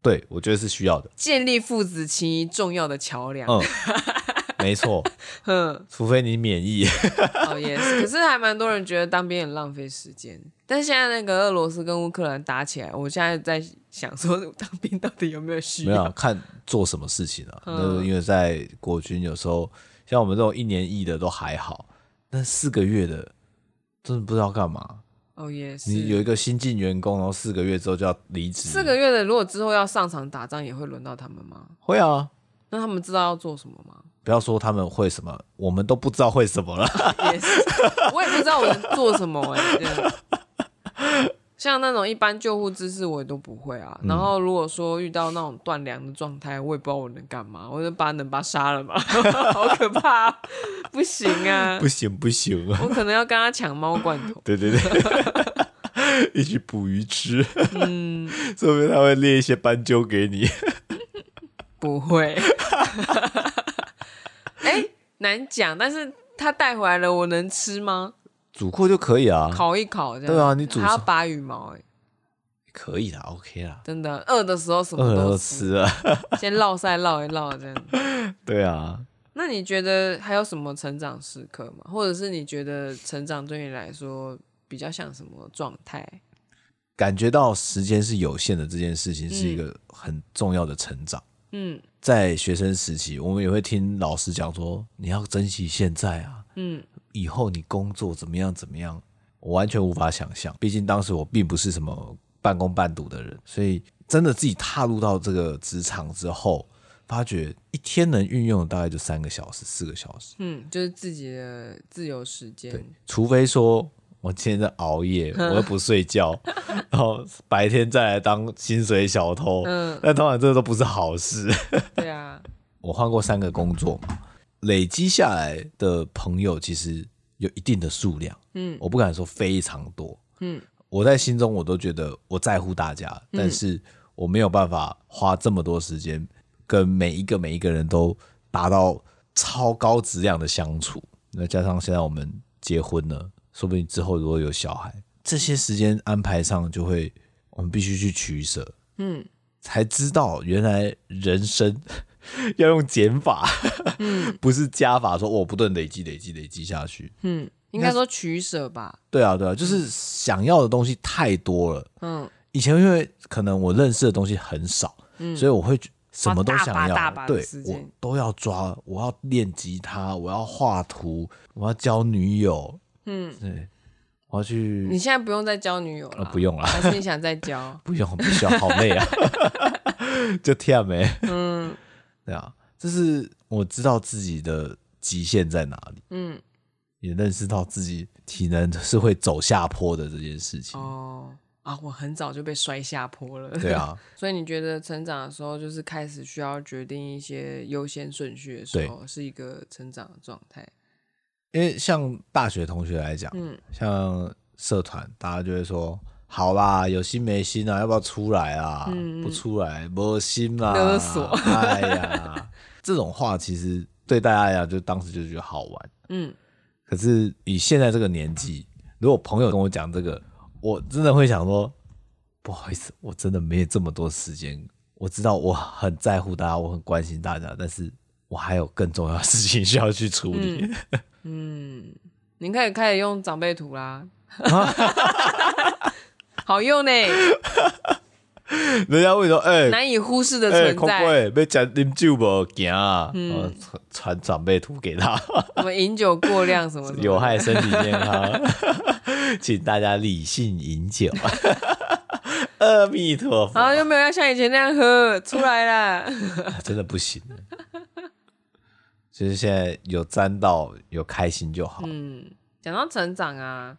Speaker 1: 对，我觉得是需要的。
Speaker 2: 建立父子情谊重要的桥梁。
Speaker 1: 嗯，没 [LAUGHS] 错，
Speaker 2: 哼，
Speaker 1: 除非你免疫。
Speaker 2: 哦也 [LAUGHS] 是，可是还蛮多人觉得当兵很浪费时间。但是现在那个俄罗斯跟乌克兰打起来，我现在在想说，当兵到底有没有需
Speaker 1: 没
Speaker 2: 要？
Speaker 1: 有啊看做什么事情啊？
Speaker 2: 嗯
Speaker 1: 那因为在国军有时候，像我们这种一年一的都还好，但四个月的真的不知道干嘛。
Speaker 2: 哦也是，
Speaker 1: 你有一个新进员工，然后四个月之后就要离职，
Speaker 2: 四个月的，如果之后要上场打仗，也会轮到他们吗？
Speaker 1: 会啊。
Speaker 2: 那他们知道要做什么吗？
Speaker 1: 不要说他们会什么，我们都不知道会什么了。
Speaker 2: 也是，我也不知道我能做什么哎、对像那种一般救护知识我也都不会啊。
Speaker 1: 嗯
Speaker 2: 然后如果说遇到那种断粮的状态，我也不知道我能干
Speaker 1: [LAUGHS]
Speaker 2: 嘛，我就把能把他杀了嘛， [LAUGHS] 好可怕、啊，不行
Speaker 1: [LAUGHS]
Speaker 2: 啊！
Speaker 1: [LAUGHS] 不行不行啊！
Speaker 2: 我可能要跟他抢猫罐头。
Speaker 1: 对对对， [LAUGHS] 一起捕鱼吃，嗯，说不定他会列一些斑鸠给你。
Speaker 2: 不会。 [LAUGHS] 哎、难讲，但是他带回来了，我能吃吗？
Speaker 1: 煮过就可以啊，
Speaker 2: 烤一烤这样。
Speaker 1: 对啊你煮
Speaker 2: 还要
Speaker 1: 熟
Speaker 2: 拔羽毛、哎，
Speaker 1: 可以啦，OK 啦，
Speaker 2: 真的，饿的时候什
Speaker 1: 饿
Speaker 2: 么
Speaker 1: 了
Speaker 2: 都
Speaker 1: 都
Speaker 2: 吃，
Speaker 1: 吃啊， [LAUGHS]
Speaker 2: 先烙晒烙一烙这样。
Speaker 1: 对啊，
Speaker 2: 那你觉得还有什么成长时刻吗？或者是你觉得成长对你来说比较像什么状态？
Speaker 1: 感觉到时间是有限的这件事情是一个很重要的成长。
Speaker 2: 嗯
Speaker 1: 在学生时期，我们也会听老师讲说，你要珍惜现在啊，
Speaker 2: 嗯，
Speaker 1: 以后你工作怎么样怎么样，我完全无法想象。毕竟当时我并不是什么半工半读的人，所以真的自己踏入到这个职场之后，发觉一天能运用的大概就三个小时、四个小时。
Speaker 2: 嗯，就是自己的自由时
Speaker 1: 对
Speaker 2: 间。，
Speaker 1: 除非说我今天在熬
Speaker 2: [LAUGHS]
Speaker 1: 夜，我又不睡觉，然后白天再来当薪水小偷，
Speaker 2: 嗯
Speaker 1: 但当然这都不是好事。[LAUGHS]
Speaker 2: 对啊，
Speaker 1: 我换过三个工作嘛，累积下来的朋友其实有一定的数量，
Speaker 2: 嗯
Speaker 1: 我不敢说非常多，
Speaker 2: 嗯，
Speaker 1: 我在心中我都觉得我在乎大家，但是我没有办法花这么多时间跟每一个每一个人都达到超高质量的相处。那加上现在我们结婚了，说不定之后如果有小孩，这些时间安排上就会我们必须去取舍，
Speaker 2: 嗯，
Speaker 1: 才知道原来人生 [LAUGHS] 要用减法，嗯，不是加法，说我哦不断地累积累积累积下去。
Speaker 2: 嗯，应该说取舍吧。
Speaker 1: 对啊，对啊，就是想要的东西太多了。
Speaker 2: 嗯，
Speaker 1: 以前因为可能我认识的东西很少，所以我会觉什么都想
Speaker 2: 花
Speaker 1: 要，
Speaker 2: 大把大把的
Speaker 1: 对
Speaker 2: 时间
Speaker 1: 我都要抓。我要练吉他，我要画图，我要交女友，
Speaker 2: 嗯，
Speaker 1: 对，我要
Speaker 2: 你
Speaker 1: 去，
Speaker 2: 现在不用再交女友了，
Speaker 1: 呃嗯不用啦？
Speaker 2: 还是你想再交
Speaker 1: 啊不用不需要，好
Speaker 2: [LAUGHS]
Speaker 1: 累啊，就跳没、
Speaker 2: 嗯
Speaker 1: 对啊，就是我知道自己的极限在哪里，
Speaker 2: 嗯，
Speaker 1: 也认识到自己体能是会走下坡的这件事情。
Speaker 2: 哦啊，我很早就被摔下坡了。
Speaker 1: 对，啊，
Speaker 2: [LAUGHS] 所以你觉得成长的时候，就是开始需要决定一些优先顺序的时候，是一个成长的状态。
Speaker 1: 因为像大学同学来讲，
Speaker 2: 嗯
Speaker 1: 像社团，大家就会说。好啦，有心没心啊，要不要出来啊？
Speaker 2: 嗯嗯
Speaker 1: 不出来，没心啦、
Speaker 2: 勒索
Speaker 1: 哎
Speaker 2: [LAUGHS]
Speaker 1: 呀，这种话其实对大家来讲，就当时就觉得好玩。
Speaker 2: 嗯，
Speaker 1: 可是以现在这个年纪，如果朋友跟我讲这个，我真的会想说，不好意思，我真的没有这么多时间。我知道我很在乎大家，我很关心大家，但是我还有更重要的事情需要去处理。
Speaker 2: 嗯你可以开始用长辈
Speaker 1: [LAUGHS]
Speaker 2: 图啦，好用
Speaker 1: [LAUGHS]
Speaker 2: 呢，
Speaker 1: 哎人家会说，哎、
Speaker 2: 难以忽视的
Speaker 1: 哎，
Speaker 2: 存
Speaker 1: 空
Speaker 2: 在。
Speaker 1: 贵被讲啉酒不行啊，嗯、传传长辈图给
Speaker 2: [LAUGHS]
Speaker 1: 他，
Speaker 2: 什么饮酒过量什么什么
Speaker 1: 有害身体健
Speaker 2: [LAUGHS]
Speaker 1: 康，请大家理性饮酒。 [LAUGHS] 阿弥陀佛，
Speaker 2: 然后又没有要像以前那样喝出来啦。
Speaker 1: [LAUGHS] 真的不行。就是现在有沾到有开心就好，
Speaker 2: 嗯，讲到成长啊，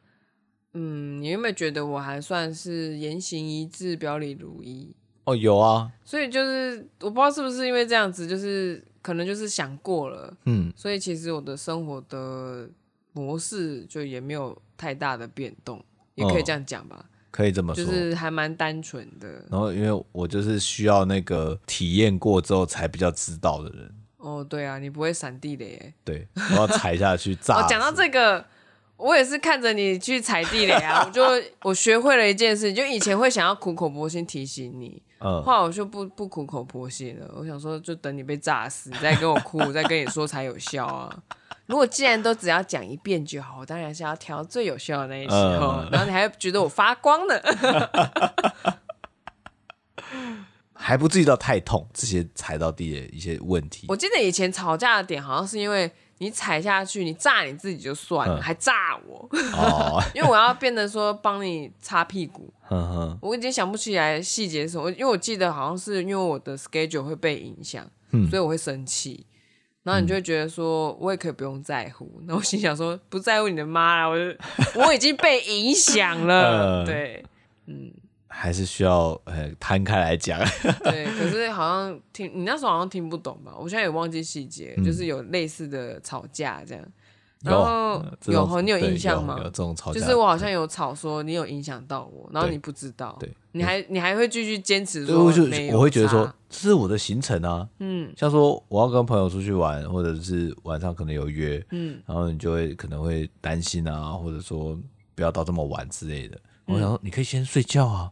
Speaker 2: 嗯，你有没有觉得我还算是言行一致、表里如一？
Speaker 1: 哦，有啊，
Speaker 2: 所以就是我不知道是不是因为这样子，就是可能就是想过了，
Speaker 1: 嗯，
Speaker 2: 所以其实我的生活
Speaker 1: 嗯
Speaker 2: 的模式就也没有太大的变动，也可以这样讲吧。
Speaker 1: 可以这么说。
Speaker 2: 就是还蛮单纯的。
Speaker 1: 然后因为我就是需要那个体验过之后才比较知道的人，
Speaker 2: 哦，对啊，你不会闪地雷耶。
Speaker 1: 对，我要踩下去炸
Speaker 2: [LAUGHS] 哦
Speaker 1: 死。，
Speaker 2: 讲到这个，我也是看着你去踩地雷啊，
Speaker 1: [LAUGHS]
Speaker 2: 我就我学会了一件事，就以前会想要苦口婆心提醒你，
Speaker 1: 嗯
Speaker 2: 后来我就不不苦口婆心了，我想说就等你被炸死，再跟我哭，我再跟你说才有效啊。如果既然都只要讲一遍就好，我当然是要挑最有效的那一期哦。
Speaker 1: 嗯
Speaker 2: 然后你还觉得我发光呢， [LAUGHS]
Speaker 1: 还不至于到太痛，这些踩到地的一些问题
Speaker 2: 我。记得以前吵架的点好像是因为你踩下去，你炸你自己就算了，
Speaker 1: 嗯
Speaker 2: 还炸我，
Speaker 1: 哦， [LAUGHS] 嗯
Speaker 2: 因为我要变得说帮你擦屁股。
Speaker 1: 哼哼，
Speaker 2: 我已经想不起来细节是什么，因为我记得好像是因为我的 schedule 会被影响，
Speaker 1: 嗯
Speaker 2: 所以我会生气。然后你就会觉得说，我也可以不用在乎。那、我心想说，不在乎你的妈啦，我就
Speaker 1: [LAUGHS]
Speaker 2: 我已经被影响了。
Speaker 1: 嗯
Speaker 2: 对
Speaker 1: 还是需要呃摊开来讲。
Speaker 2: 对，可是好像听你那时候好像听不懂吧？我现在也忘记细节，
Speaker 1: 嗯
Speaker 2: 就是有类似的吵架这样。然后
Speaker 1: 呃这
Speaker 2: 有
Speaker 1: 种
Speaker 2: 哦，你有
Speaker 1: 对
Speaker 2: 印象
Speaker 1: 有有
Speaker 2: 吗
Speaker 1: 这？种吵
Speaker 2: 就
Speaker 1: 架，
Speaker 2: 是我好像有吵说你有影响到我，然后
Speaker 1: 对
Speaker 2: 你不知道，
Speaker 1: 对
Speaker 2: 你还你还会继续坚持
Speaker 1: 所以我
Speaker 2: 说
Speaker 1: 就
Speaker 2: 没有
Speaker 1: 我会觉得
Speaker 2: 差
Speaker 1: 说，这是我的行程啊，嗯，像说我要跟朋友出去玩，或者是晚上可能有约， [LAUGHS] 嗯，然后你就会可能会担心啊，或者说不要到这么晚之类的。我
Speaker 2: 嗯
Speaker 1: 想说，你可以先睡觉
Speaker 2: [LAUGHS]
Speaker 1: 啊，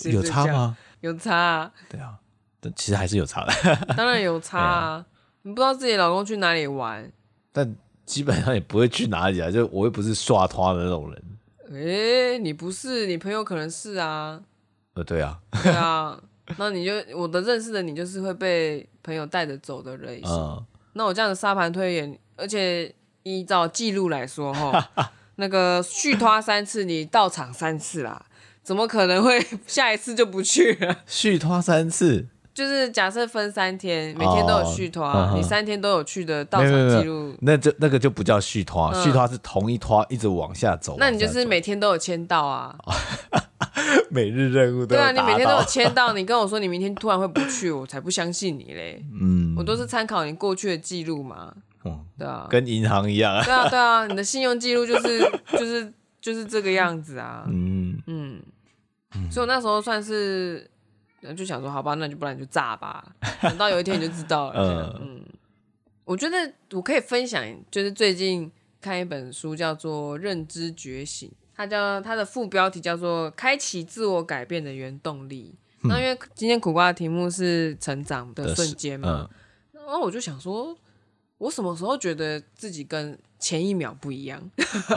Speaker 1: 有有差？吗？
Speaker 2: 有差、啊，
Speaker 1: 对啊，但其实还是有差的， [LAUGHS]
Speaker 2: 当然有差啊！你不知道自己老公去哪里玩，
Speaker 1: 但基本上也不会去哪里啊，就我又不是刷花的那种人，
Speaker 2: 诶、你不是，你朋友可能是啊，
Speaker 1: 呃，对啊，
Speaker 2: 对啊。那你就我的认识的你就是会被朋友带着走的类型。
Speaker 1: 嗯，
Speaker 2: 那我这样的沙盘推演，而且依照记录来
Speaker 1: [LAUGHS]
Speaker 2: 说，哈，那个续拖三次，你到场三次啦，怎么可能会 [LAUGHS] 下一次就不去啊了？
Speaker 1: 续拖三次，
Speaker 2: 就是假设分三天，每天都有续拖啊，
Speaker 1: 哦嗯哼
Speaker 2: 你三天都有去的到
Speaker 1: 没有
Speaker 2: 场
Speaker 1: 没有哦
Speaker 2: 记
Speaker 1: 没有
Speaker 2: 录，
Speaker 1: 那就那个就不叫续拖，
Speaker 2: 嗯
Speaker 1: 续拖是同一拖一直往下走，
Speaker 2: 那你就
Speaker 1: 往下
Speaker 2: 是
Speaker 1: 走
Speaker 2: 每天都有签到啊。
Speaker 1: [LAUGHS] 每日任哦务都
Speaker 2: 对啊，
Speaker 1: 要
Speaker 2: 你
Speaker 1: 达
Speaker 2: 每天都有
Speaker 1: 到。
Speaker 2: 签到，你跟我说你明天突然会不去，我才不相信你嘞。
Speaker 1: 嗯
Speaker 2: 我都是参考你过去的记录嘛，
Speaker 1: 嗯，
Speaker 2: 对啊，
Speaker 1: 跟银行一样啊。
Speaker 2: 对啊，对啊，你的信用记录就是就是就是这个样子啊，
Speaker 1: 嗯，
Speaker 2: 嗯，所以我那时候算是呃就想说，好吧，那就不然就炸吧，等到有一天你就知道 [LAUGHS] 了。这样嗯，我觉得我可以分享，就是最近看一本书叫做《认知觉醒》，它叫它的副标题叫做《开启自我改变的原动力》。那因为今天苦瓜的题目是成长嗯的
Speaker 1: 的
Speaker 2: 瞬
Speaker 1: 是
Speaker 2: 间嘛
Speaker 1: 嗯，
Speaker 2: 然后我就想说，我什么时候觉得自己跟前一秒不一样？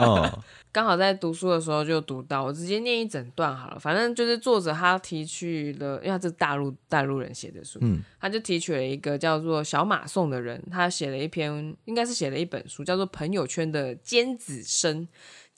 Speaker 1: 嗯，
Speaker 2: 刚好在读书的时候就读到，我直接念一整段好了。反正就是作者他提取了，因为他是大陆大陆人写的书，
Speaker 1: 嗯
Speaker 2: 他就提取了一个叫做小马宋的人，他写了一篇，应该是写了一本书，叫做《朋友圈的尖子生》。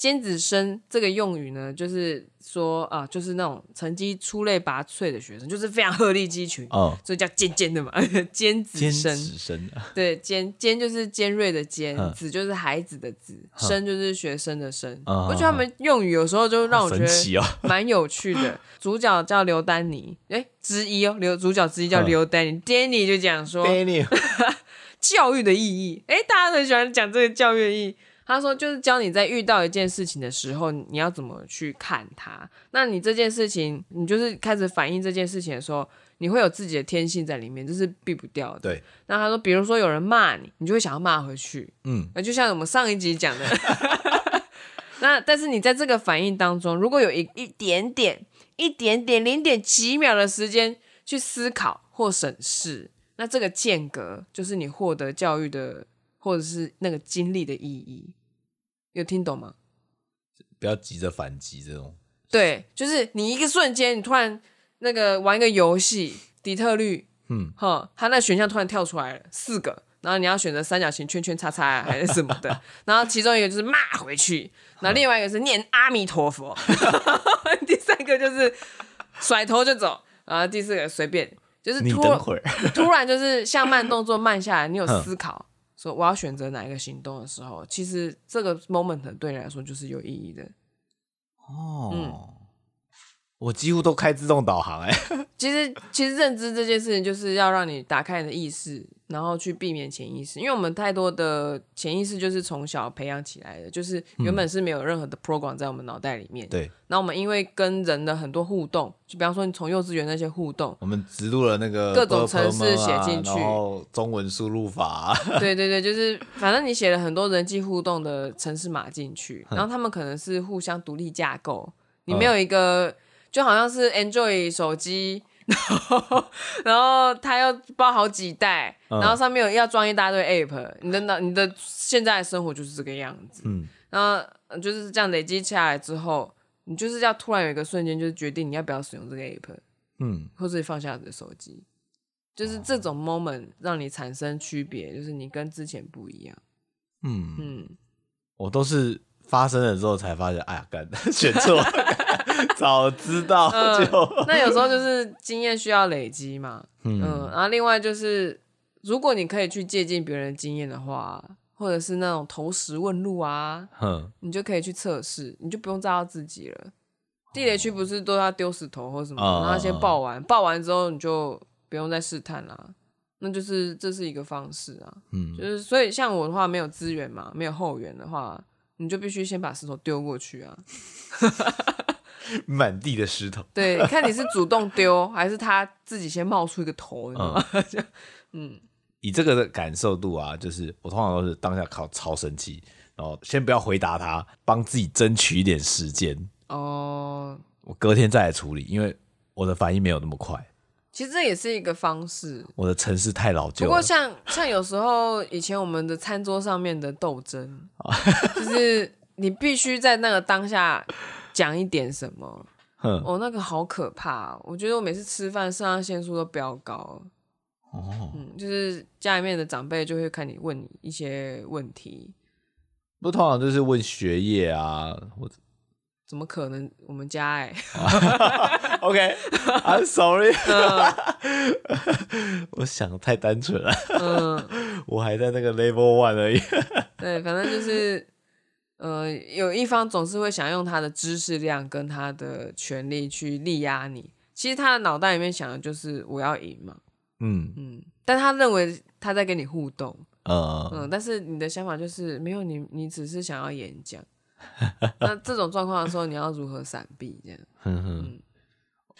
Speaker 2: 尖子生这个用语呢，就是说啊，就是那种成绩出类拔萃的学生，就是非常鹤立鸡群，
Speaker 1: 哦，
Speaker 2: [LAUGHS] 所以叫尖尖的嘛，尖子
Speaker 1: 尖
Speaker 2: 生。
Speaker 1: 子生啊，
Speaker 2: 对，尖尖就是尖锐的尖，
Speaker 1: 嗯
Speaker 2: 子就是孩子的子，
Speaker 1: 哼
Speaker 2: 生就是学生的生。
Speaker 1: 嗯
Speaker 2: 我觉得他们用语有时候就让我觉
Speaker 1: 神
Speaker 2: 得
Speaker 1: 奇哦。
Speaker 2: 蛮有趣
Speaker 1: [LAUGHS]
Speaker 2: 的。主角叫刘丹妮，哎，之一哦，刘主角之一叫
Speaker 1: 嗯
Speaker 2: 刘丹妮。Danny 就讲说
Speaker 1: Daniel，
Speaker 2: 教育的意义，哎，大家都很喜欢讲这个教育的意义。他说，就是教你在遇到一件事情的时候，你要怎么去看它。那你这件事情，你就是开始反映这件事情的时候，你会有自己的天性在里面，这是避不掉的。
Speaker 1: [LAUGHS] 对，
Speaker 2: 那他说，比如说有人骂你，你就会想要骂回去，
Speaker 1: 嗯，
Speaker 2: 那就像我们上一集讲的。 [LAUGHS] 那但是你在这个反应当中，如果有一一点点、一点点、零点几秒的时间去思考或审视，那这个间隔就是你获得教育的或者是那个经历的意义。有听懂吗？
Speaker 1: 不要急着反击这种。
Speaker 2: 对，就是你一个瞬间，你突然那个玩一个游戏，底特律，
Speaker 1: 嗯，
Speaker 2: 哼，它那选项突然跳出来了四个，然后你要选择三角形、圈圈、叉叉啊还是什么
Speaker 1: [LAUGHS]
Speaker 2: 的，然后其中一个就是骂回去，然后另外一个是念阿弥
Speaker 1: [LAUGHS]
Speaker 2: 陀佛，第三个就是甩头就走，然后第四个随便，就是
Speaker 1: 你
Speaker 2: 突
Speaker 1: 等会儿，嗯
Speaker 2: 突然就是像慢动作慢下来，你有思考说我要选择哪一个行动的时候，其实嗯这个 moment 对你来说就是有意义的。
Speaker 1: 哦，我几乎都开自动导航、哎，
Speaker 2: 其实，其实认知这件事情，就是要让你打开你的意识，然后去避免潜意识，因为我们太多的潜意识就是从小培养起来的，就是原本是没有任何的 program 在我们脑袋里面。
Speaker 1: 对，
Speaker 2: 那、我们因为跟人的很多互动，就比方说你从幼稚园那些互动，
Speaker 1: 我们植入了那个
Speaker 2: 各种
Speaker 1: Burp
Speaker 2: 程式
Speaker 1: Murmur
Speaker 2: 写进去
Speaker 1: 啊然后中文输入法啊、
Speaker 2: 对对对，就是反正你写了很多人际互动的城市码进去，然后他们可能是互相独立架构，你没有一个、就好像是 Enjoy 手机， [LAUGHS] 然后然后它要包好几代，
Speaker 1: 嗯
Speaker 2: 然后上面有要装一大堆 App，你的脑你的现在的生活就是这个样子，
Speaker 1: [LAUGHS] 嗯，
Speaker 2: 然后呃就是这样累积下来之后，你就是要突然有一个瞬间，就是决定你要不要使用这个 App，
Speaker 1: 嗯，
Speaker 2: 或是放下你的手机。就是这种 moment 让你产生区别，就是你跟之前不一样。
Speaker 1: 嗯，
Speaker 2: 嗯，
Speaker 1: 我都是发生了之后才发现，哎呀，干 [LAUGHS] 选
Speaker 2: [LAUGHS]
Speaker 1: 错，早知道
Speaker 2: 嗯
Speaker 1: 就
Speaker 2: 那有时候就是经验需要累积嘛。嗯，然后另外就是，如果你可以去借鉴别人的经验的话，或者是那种投石问路啊，
Speaker 1: 哼，
Speaker 2: 你就可以去测试，你就不用炸到自己了。地雷区不是都要丢石头或什么，
Speaker 1: 嗯
Speaker 2: 然后先爆完，爆完之后你就不用再试探啦。那就是这是一个方式啊，
Speaker 1: 嗯
Speaker 2: 就是所以像我的话没有资源嘛，没有后援的话，你就必须先把石头丢过去啊。
Speaker 1: [LAUGHS] 满地的石头，
Speaker 2: 对，看你是主动丢还是他自己先冒出一个头，你知道吗？
Speaker 1: 以这个的感受度啊，就是我通常都是当下靠超生气，然后先不要回答他，帮自己争取一点时间，
Speaker 2: 哦、
Speaker 1: 我隔天再来处理，因为我的反应没有那么快，
Speaker 2: 其实这也是一个方式。
Speaker 1: 我的城市太老旧了。
Speaker 2: 不过像像有时候以前我们的餐桌上面的斗争，就是你必须在那个当下讲一点什么。
Speaker 1: 哼
Speaker 2: 哦，那个好可怕、哦！我觉得我每次吃饭肾上腺素都飙高。
Speaker 1: 哦，
Speaker 2: 嗯，就是家里面的长辈就会看你问你一些问题，
Speaker 1: 不通常就是问学业啊，或 [LAUGHS] 者
Speaker 2: 怎么可能？我们家哎、 [LAUGHS]
Speaker 1: OK，I'm、sorry，我想太单纯了，
Speaker 2: 嗯。
Speaker 1: 我还在那个 level one 而已。
Speaker 2: [LAUGHS] 对，反正就是，呃，有一方总是会想用他的知识量跟他的权力去力压你。其实他的脑袋里面想的就是我要赢嘛，
Speaker 1: 嗯
Speaker 2: 嗯，但他认为他在跟你互动，
Speaker 1: 呃，
Speaker 2: 嗯，但是你的想法就是没有你，你只是想要演讲。 [LAUGHS] 那这种状况的时候，你要如何闪避？这样，
Speaker 1: 哼哼，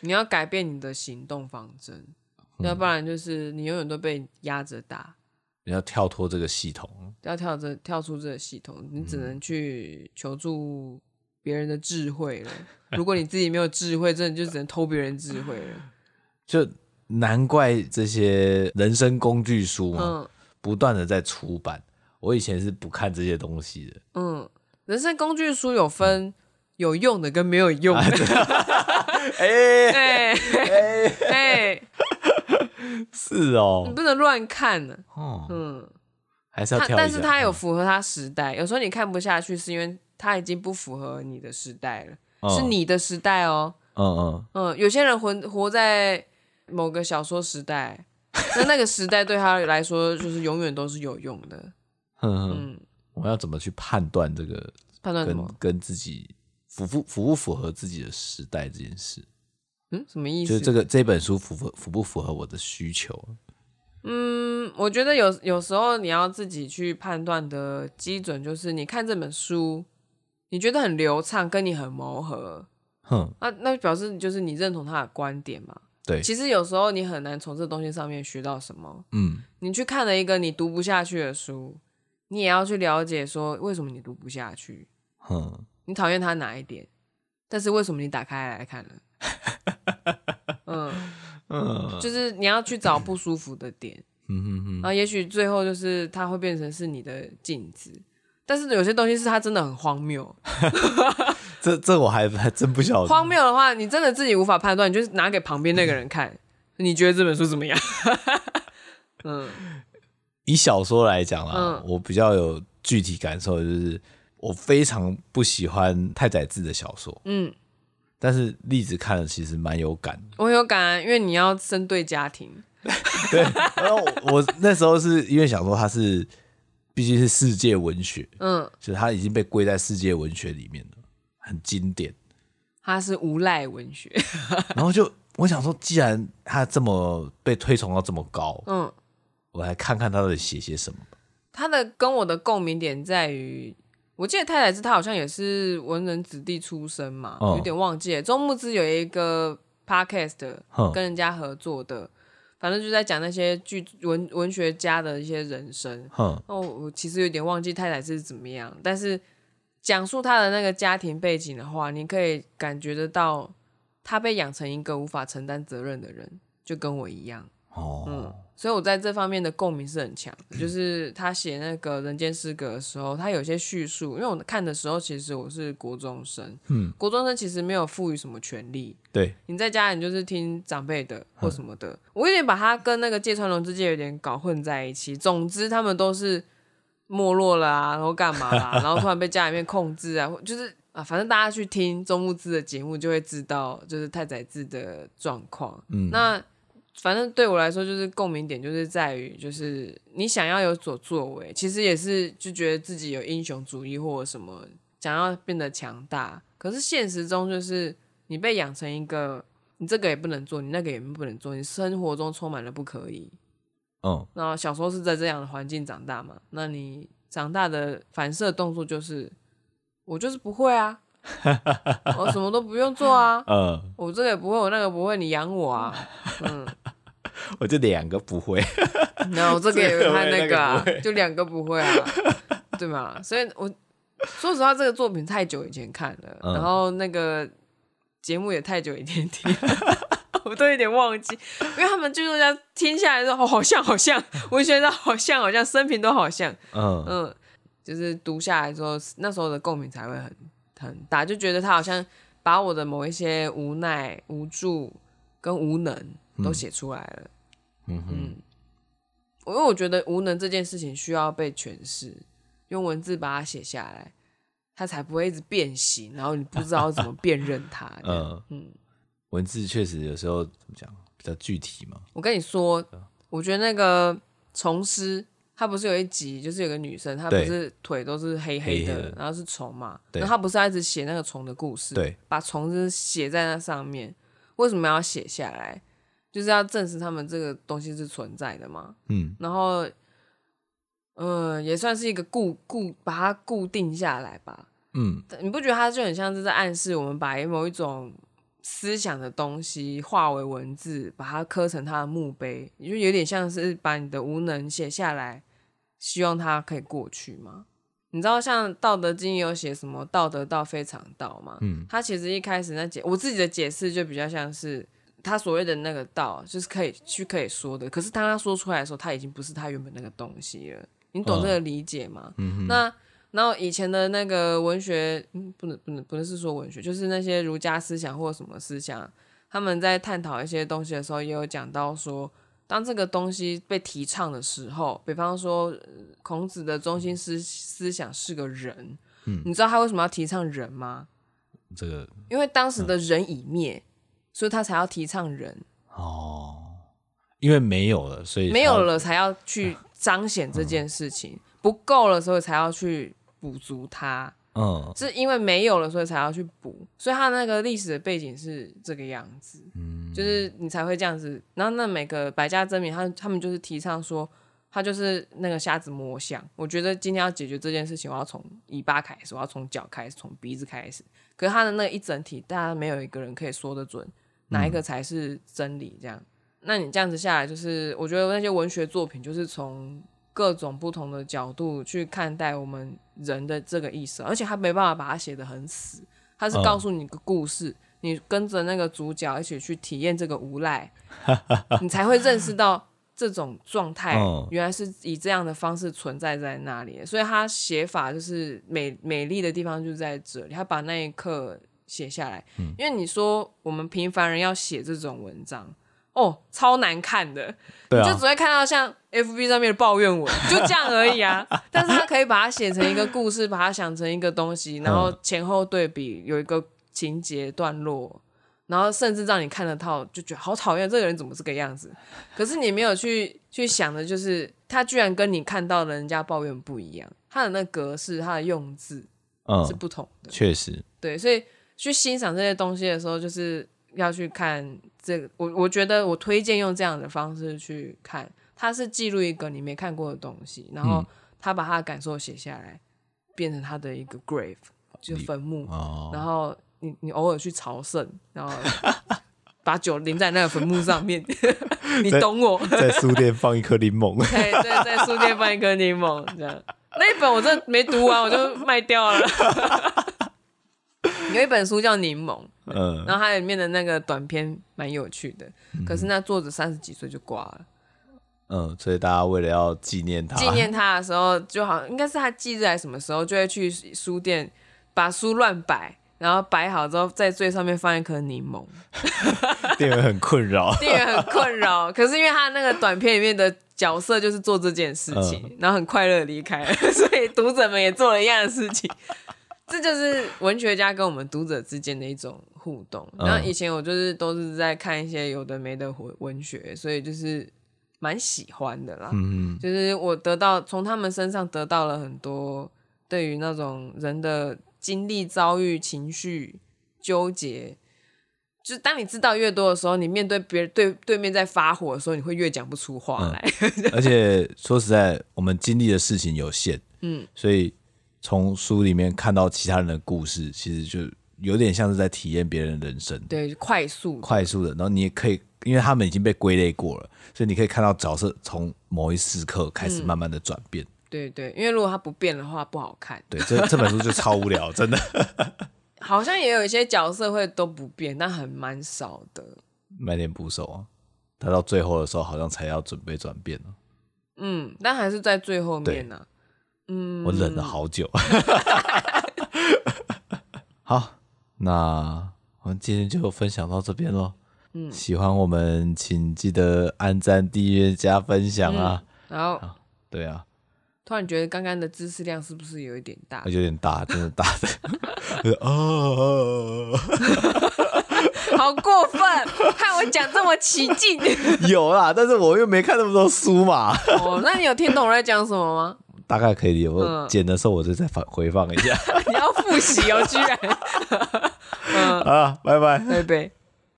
Speaker 2: 你要改变你的行动方针，要不然就是你永远都被压着打。
Speaker 1: 你要跳脱这个系统。
Speaker 2: 要跳着跳出这个系统，你只能去求助别人的智慧 [LAUGHS] 了。如果你自己没有智慧，真的就只能偷别人智慧了。
Speaker 1: 就难怪这些人生工具书嘛，
Speaker 2: [LAUGHS] 嗯
Speaker 1: 不断的在出版。我以前是不看这些东西
Speaker 2: [LAUGHS]
Speaker 1: 的，
Speaker 2: 嗯，人生工具书有分有用的跟没有用的。
Speaker 1: 哎、
Speaker 2: 哎 [LAUGHS] 哎，
Speaker 1: 是
Speaker 2: 你
Speaker 1: 哦，
Speaker 2: 不能乱看呢。
Speaker 1: 哦，
Speaker 2: 嗯，
Speaker 1: 还是要
Speaker 2: 他
Speaker 1: 跳一下。嗯
Speaker 2: 但是他有符合他时代，有时候你看不下去，是因为他已经不符合你的时代了，
Speaker 1: 嗯
Speaker 2: 是，你的时代哦。
Speaker 1: 嗯嗯，
Speaker 2: 嗯，有些人活活在某个小说时代，那那个时代对他来说就是永远都是有用的。
Speaker 1: 哼哼，
Speaker 2: 嗯，
Speaker 1: 我要怎么去判断这个
Speaker 2: 判断什
Speaker 1: 跟
Speaker 2: 么？
Speaker 1: 跟自己符不符不符合自己的时代这件事？
Speaker 2: 嗯，什么意
Speaker 1: 就
Speaker 2: 思？
Speaker 1: 是这个这本书符合符不符合我的需求？
Speaker 2: 嗯，我觉得有有时候你要自己去判断的基准就是，你看这本书，你觉得很流畅，跟你很谋合，
Speaker 1: 哼，
Speaker 2: 那啊那表示就是你认同他的观点嘛。
Speaker 1: 对，
Speaker 2: 其实有时候你很难从这东西上面学到什么。
Speaker 1: 嗯
Speaker 2: 你去看了一个你读不下去的书，你也要去了解说为什么你读不下去。
Speaker 1: 哼，
Speaker 2: 你讨厌他哪一点？但是为什么你打开来看了？嗯，
Speaker 1: [LAUGHS] 嗯
Speaker 2: 就是你要去找不舒服的点，
Speaker 1: 嗯嗯
Speaker 2: 然后也许最后就是它会变成是你的镜子。但是有些东西是它真的很荒谬，
Speaker 1: 这这我还还真不晓得。
Speaker 2: 荒谬的话，你真的自己无法判断，你就是拿给旁边那个人看， [LAUGHS] 你觉得这本书怎么样？嗯
Speaker 1: 以小说来讲啦，
Speaker 2: 嗯
Speaker 1: 我比较有具体感受，的就是我非常不喜欢太宰治的小说，
Speaker 2: [LAUGHS] 嗯，
Speaker 1: 但是栗子看了其实蛮有感
Speaker 2: [LAUGHS]
Speaker 1: 的。
Speaker 2: 我有感啊，因为你要针对家庭，
Speaker 1: 对，然后我我那时候是因为想说它是毕竟是世界文学，
Speaker 2: 嗯，
Speaker 1: 就是它已经被归在世界文学里面了，很经典。
Speaker 2: 它是无赖文 [LAUGHS] 学，
Speaker 1: 然后就我想说，既然他这么被推崇到这么高，
Speaker 2: 嗯，
Speaker 1: 我来看看他到底写些什么。
Speaker 2: 他的跟我的共鸣点在于，我记得太宰治他好像也是文人子弟出身嘛，
Speaker 1: 哦
Speaker 2: 有点忘记了。周牧之有一个 podcast
Speaker 1: 哼
Speaker 2: 跟人家合作的，反正就在讲那些剧文文学家的一些人生。
Speaker 1: 哼，
Speaker 2: 那我哦我其实有点忘记太宰治怎么样，但是讲述他的那个家庭背景的话，你可以感觉得到他被养成一个无法承担责任的人，就跟我一样。
Speaker 1: 哦，
Speaker 2: 嗯，所以我在这方面的共鸣是很强的，就是他写那个《人间失格》的时候，他有些叙述，因为我看的时候其实我是国中生，
Speaker 1: 嗯，
Speaker 2: 国中生其实没有赋予什么权利，
Speaker 1: 对，
Speaker 2: 你在家你就是听长辈的或什么的，我有点把他跟那个芥川龙之介有点搞混在一起。总之，他们都是没落了啊，然后干嘛啦、然后突然被家里面控制啊，或就是啊，反正大家去听周牧之的节目就会知道，就是太宰治的状况。
Speaker 1: 嗯
Speaker 2: 那反正对我来说，就是共鸣点就是在于，就是你想要有所作为，其实也是就觉得自己有英雄主义或者什么，想要变得强大。可是现实中就是你被养成一个，你这个也不能做，你那个也不能做，你生活中充满了不可以。
Speaker 1: 嗯，
Speaker 2: 那小时候是在这样的环境长大嘛？那你长大的反射动作就是，我就是不会啊，我什么都不用做啊，
Speaker 1: 呃，
Speaker 2: 我这个也不会，我那个不会，你养我啊，嗯，
Speaker 1: [LAUGHS] 我这两个不会，
Speaker 2: 然后这个也有他那个、啊
Speaker 1: 这个不会那个不会，
Speaker 2: 就两个不会啊，对嘛？所以我说实话，这个作品太久以前看了，
Speaker 1: 嗯
Speaker 2: 然后那个节目也太久以前听了 [LAUGHS] 我都有点忘记，因为他们剧作家听下来说，哦，好像好像，文学家好像好像，生平都好像，
Speaker 1: 嗯
Speaker 2: 嗯，就是读下来之后，那时候的共鸣才会很很大，就觉得他好像把我的某一些无奈、无助跟无能都写出来了。
Speaker 1: 嗯哼，
Speaker 2: 因为我觉得无能这件事情需要被诠释，用文字把它写下来，它才不会一直变形，然后你不知道怎么辨认它。嗯，
Speaker 1: 嗯文字确实有时候怎么讲比较具体嘛，
Speaker 2: 我跟你说，
Speaker 1: 嗯
Speaker 2: 我觉得那个虫师，他不是有一集，就是有个女生，她不
Speaker 1: 对
Speaker 2: 是腿都是黑黑的，
Speaker 1: 黑黑的
Speaker 2: 然后是虫嘛，
Speaker 1: 对
Speaker 2: 然后她不是要一直写那个虫的故事，
Speaker 1: 对，
Speaker 2: 把虫子写在那上面，为什么要写下来？就是要证实他们这个东西是存在的嘛。
Speaker 1: 嗯
Speaker 2: 然后，嗯，也算是一个固固把它固定下来吧。
Speaker 1: 嗯，
Speaker 2: 但你不觉得它就很像是在暗示我们把某一种思想的东西化为文字，把它刻成它的墓碑？你就有点像是把你的无能写下来，希望它可以过去吗？你知道像《道德经》有写什么“道德道非常道”吗？
Speaker 1: 嗯，
Speaker 2: 它其实一开始那解我自己的解释就比较像是他所谓的那个道，就是可以去可以说的，可是当他说出来的时候，他已经不是他原本那个东西了。你懂这个理解吗？嗯、那然后以前的那个文学，嗯，不能不能不能是说文学，就是那些儒家思想或什么思想，他们在探讨一些东西的时候，也有讲到说。当这个东西被提倡的时候，比方说呃孔子的中心思思想是个人，嗯、你知道他为什么要提倡人吗？
Speaker 1: 这个
Speaker 2: 因为当时的人已灭，所以他才要提倡人，
Speaker 1: 哦，因为没有了，所以
Speaker 2: 没有了才要去彰显这件事情，不够了，所以才要去补足它。
Speaker 1: 它，嗯
Speaker 2: 是因为没有了，所以才要去补，所以它那个历史的背景是这个样子，
Speaker 1: 嗯
Speaker 2: 就是你才会这样子。然后那每个百家争鸣，他他们就是提倡说，他就是那个瞎子摸象。我觉得今天要解决这件事情，我要从尾巴开始，我要从脚开始，从鼻子开始。可是他的那一整体，大家没有一个人可以说得准哪一个才是真理。这样，那你这样子下来，就是我觉得那些文学作品就是从各种不同的角度去看待我们人的这个意思，而且他没办法把它写得很死，他是
Speaker 1: 嗯
Speaker 2: 告诉你一个故事，你跟着那个主角一起去体验这个无赖，你才会认识到这种状态
Speaker 1: 嗯
Speaker 2: 原来是以这样的方式存在在那里。所以他写法就是美美丽的地方就在这里，他把那一刻写下来。因为你说我们平凡人要写这种文章，哦，超难看的。
Speaker 1: 对
Speaker 2: 你就
Speaker 1: 啊
Speaker 2: 只，会看到像 FB 上面的
Speaker 1: [LAUGHS]
Speaker 2: 抱怨文，就这样而已啊。但是他可以把它写成一个故事，把它想成一个东西，然后前后对比，有一个情节段落，然后甚至让你看得到，就觉得好讨厌这个人怎么这个样
Speaker 1: [LAUGHS]
Speaker 2: 子。可是你没有去去想的，就是他居然跟你看到的人家抱怨不一样，他的那格式、他的用字是
Speaker 1: 嗯，
Speaker 2: 不同的。
Speaker 1: 确实，
Speaker 2: 对，所以去欣赏这些东西的时候，就是要去看这个。我我觉得我推荐用这样的方式去看，它是记录一个你没看过的东西，然后
Speaker 1: 嗯
Speaker 2: 他把他的感受写下来，变成他的一个 grave，就是坟墓。
Speaker 1: 哦，
Speaker 2: 然后你你偶尔去朝圣，然后 [LAUGHS] 把酒淋在那个坟墓上面， [LAUGHS] 你
Speaker 1: 在
Speaker 2: 懂我。
Speaker 1: [LAUGHS] 在书店放一颗柠檬， [LAUGHS]
Speaker 2: 对对，在书店放一颗柠檬这样。那一本我真的没读完，我就卖掉了。 [LAUGHS] 有一本书叫《柠檬》，
Speaker 1: 嗯，
Speaker 2: 然后它里面的那个短篇蛮有趣的，可是那作者三十几岁就挂了。
Speaker 1: 嗯，所以大家为了要纪念他，
Speaker 2: 纪念他的时候，就好像应该是他忌日还是什么时候，就会去书店把书乱摆，然后摆好之后，在最上面放一颗柠檬。。
Speaker 1: [LAUGHS] 店员很困扰
Speaker 2: 店员很困扰，可是因为他那个短片里面的角色就是做这件事情，
Speaker 1: 嗯
Speaker 2: 然后很快乐地离开了， [LAUGHS] 所以读者们也做了一样的事情。 [LAUGHS] 这就是文学家跟我们读者之间的一种互动。
Speaker 1: 嗯
Speaker 2: 然后以前我就是都是在看一些有的没的文文学，所以就是蛮喜欢的啦。
Speaker 1: 嗯，
Speaker 2: 就是我得到从他们身上得到了很多对于那种人的经历、遭遇、情绪纠结。就是当你知道越多的时候，你面对别人对对面在发火的时候，你会越讲不出话来。
Speaker 1: [LAUGHS]
Speaker 2: [LAUGHS]
Speaker 1: 而且说实在，我们经历的事情有限，嗯，所以从书里面看到其他人的故事，其实就有点像是在体验别人的人生，
Speaker 2: 对，快速
Speaker 1: 快速的。然后你也可以，因为他们已经被归类过了，所以你可以看到角色从某一时刻开始慢慢的转变。
Speaker 2: 对对，因为如果它不变的话不好看。
Speaker 1: [LAUGHS] 对，这这本书就超无 [LAUGHS] 聊，真的。
Speaker 2: 好像也有一些角色会都不变，但很蛮少的。
Speaker 1: 买点捕手啊，他到最后的时候好像才要准备转变哦了。
Speaker 2: 嗯，但还是在最后面啊呢、
Speaker 1: 我忍了好 [LAUGHS] 久。好，那我们今天就分享到这边喽。嗯，喜欢我们请记得按赞、订阅、加分享啊。
Speaker 2: 然后
Speaker 1: 对啊，
Speaker 2: 突然觉得刚刚的知识量是不是有一点大？
Speaker 1: 有点大，真的大 [LAUGHS] 的。哦，
Speaker 2: 好过分， [LAUGHS] 害我讲这么起劲。
Speaker 1: [LAUGHS] 有啦，但是我又没看那么多书嘛，
Speaker 2: 哦，那你有听懂我在讲什么吗？ [LAUGHS]
Speaker 1: 大概可以理解。我
Speaker 2: 嗯
Speaker 1: 剪的时候我就再反回放一下
Speaker 2: 你要复习哦，居然， [LAUGHS]
Speaker 1: [LAUGHS] 啊，拜拜。
Speaker 2: 对不对？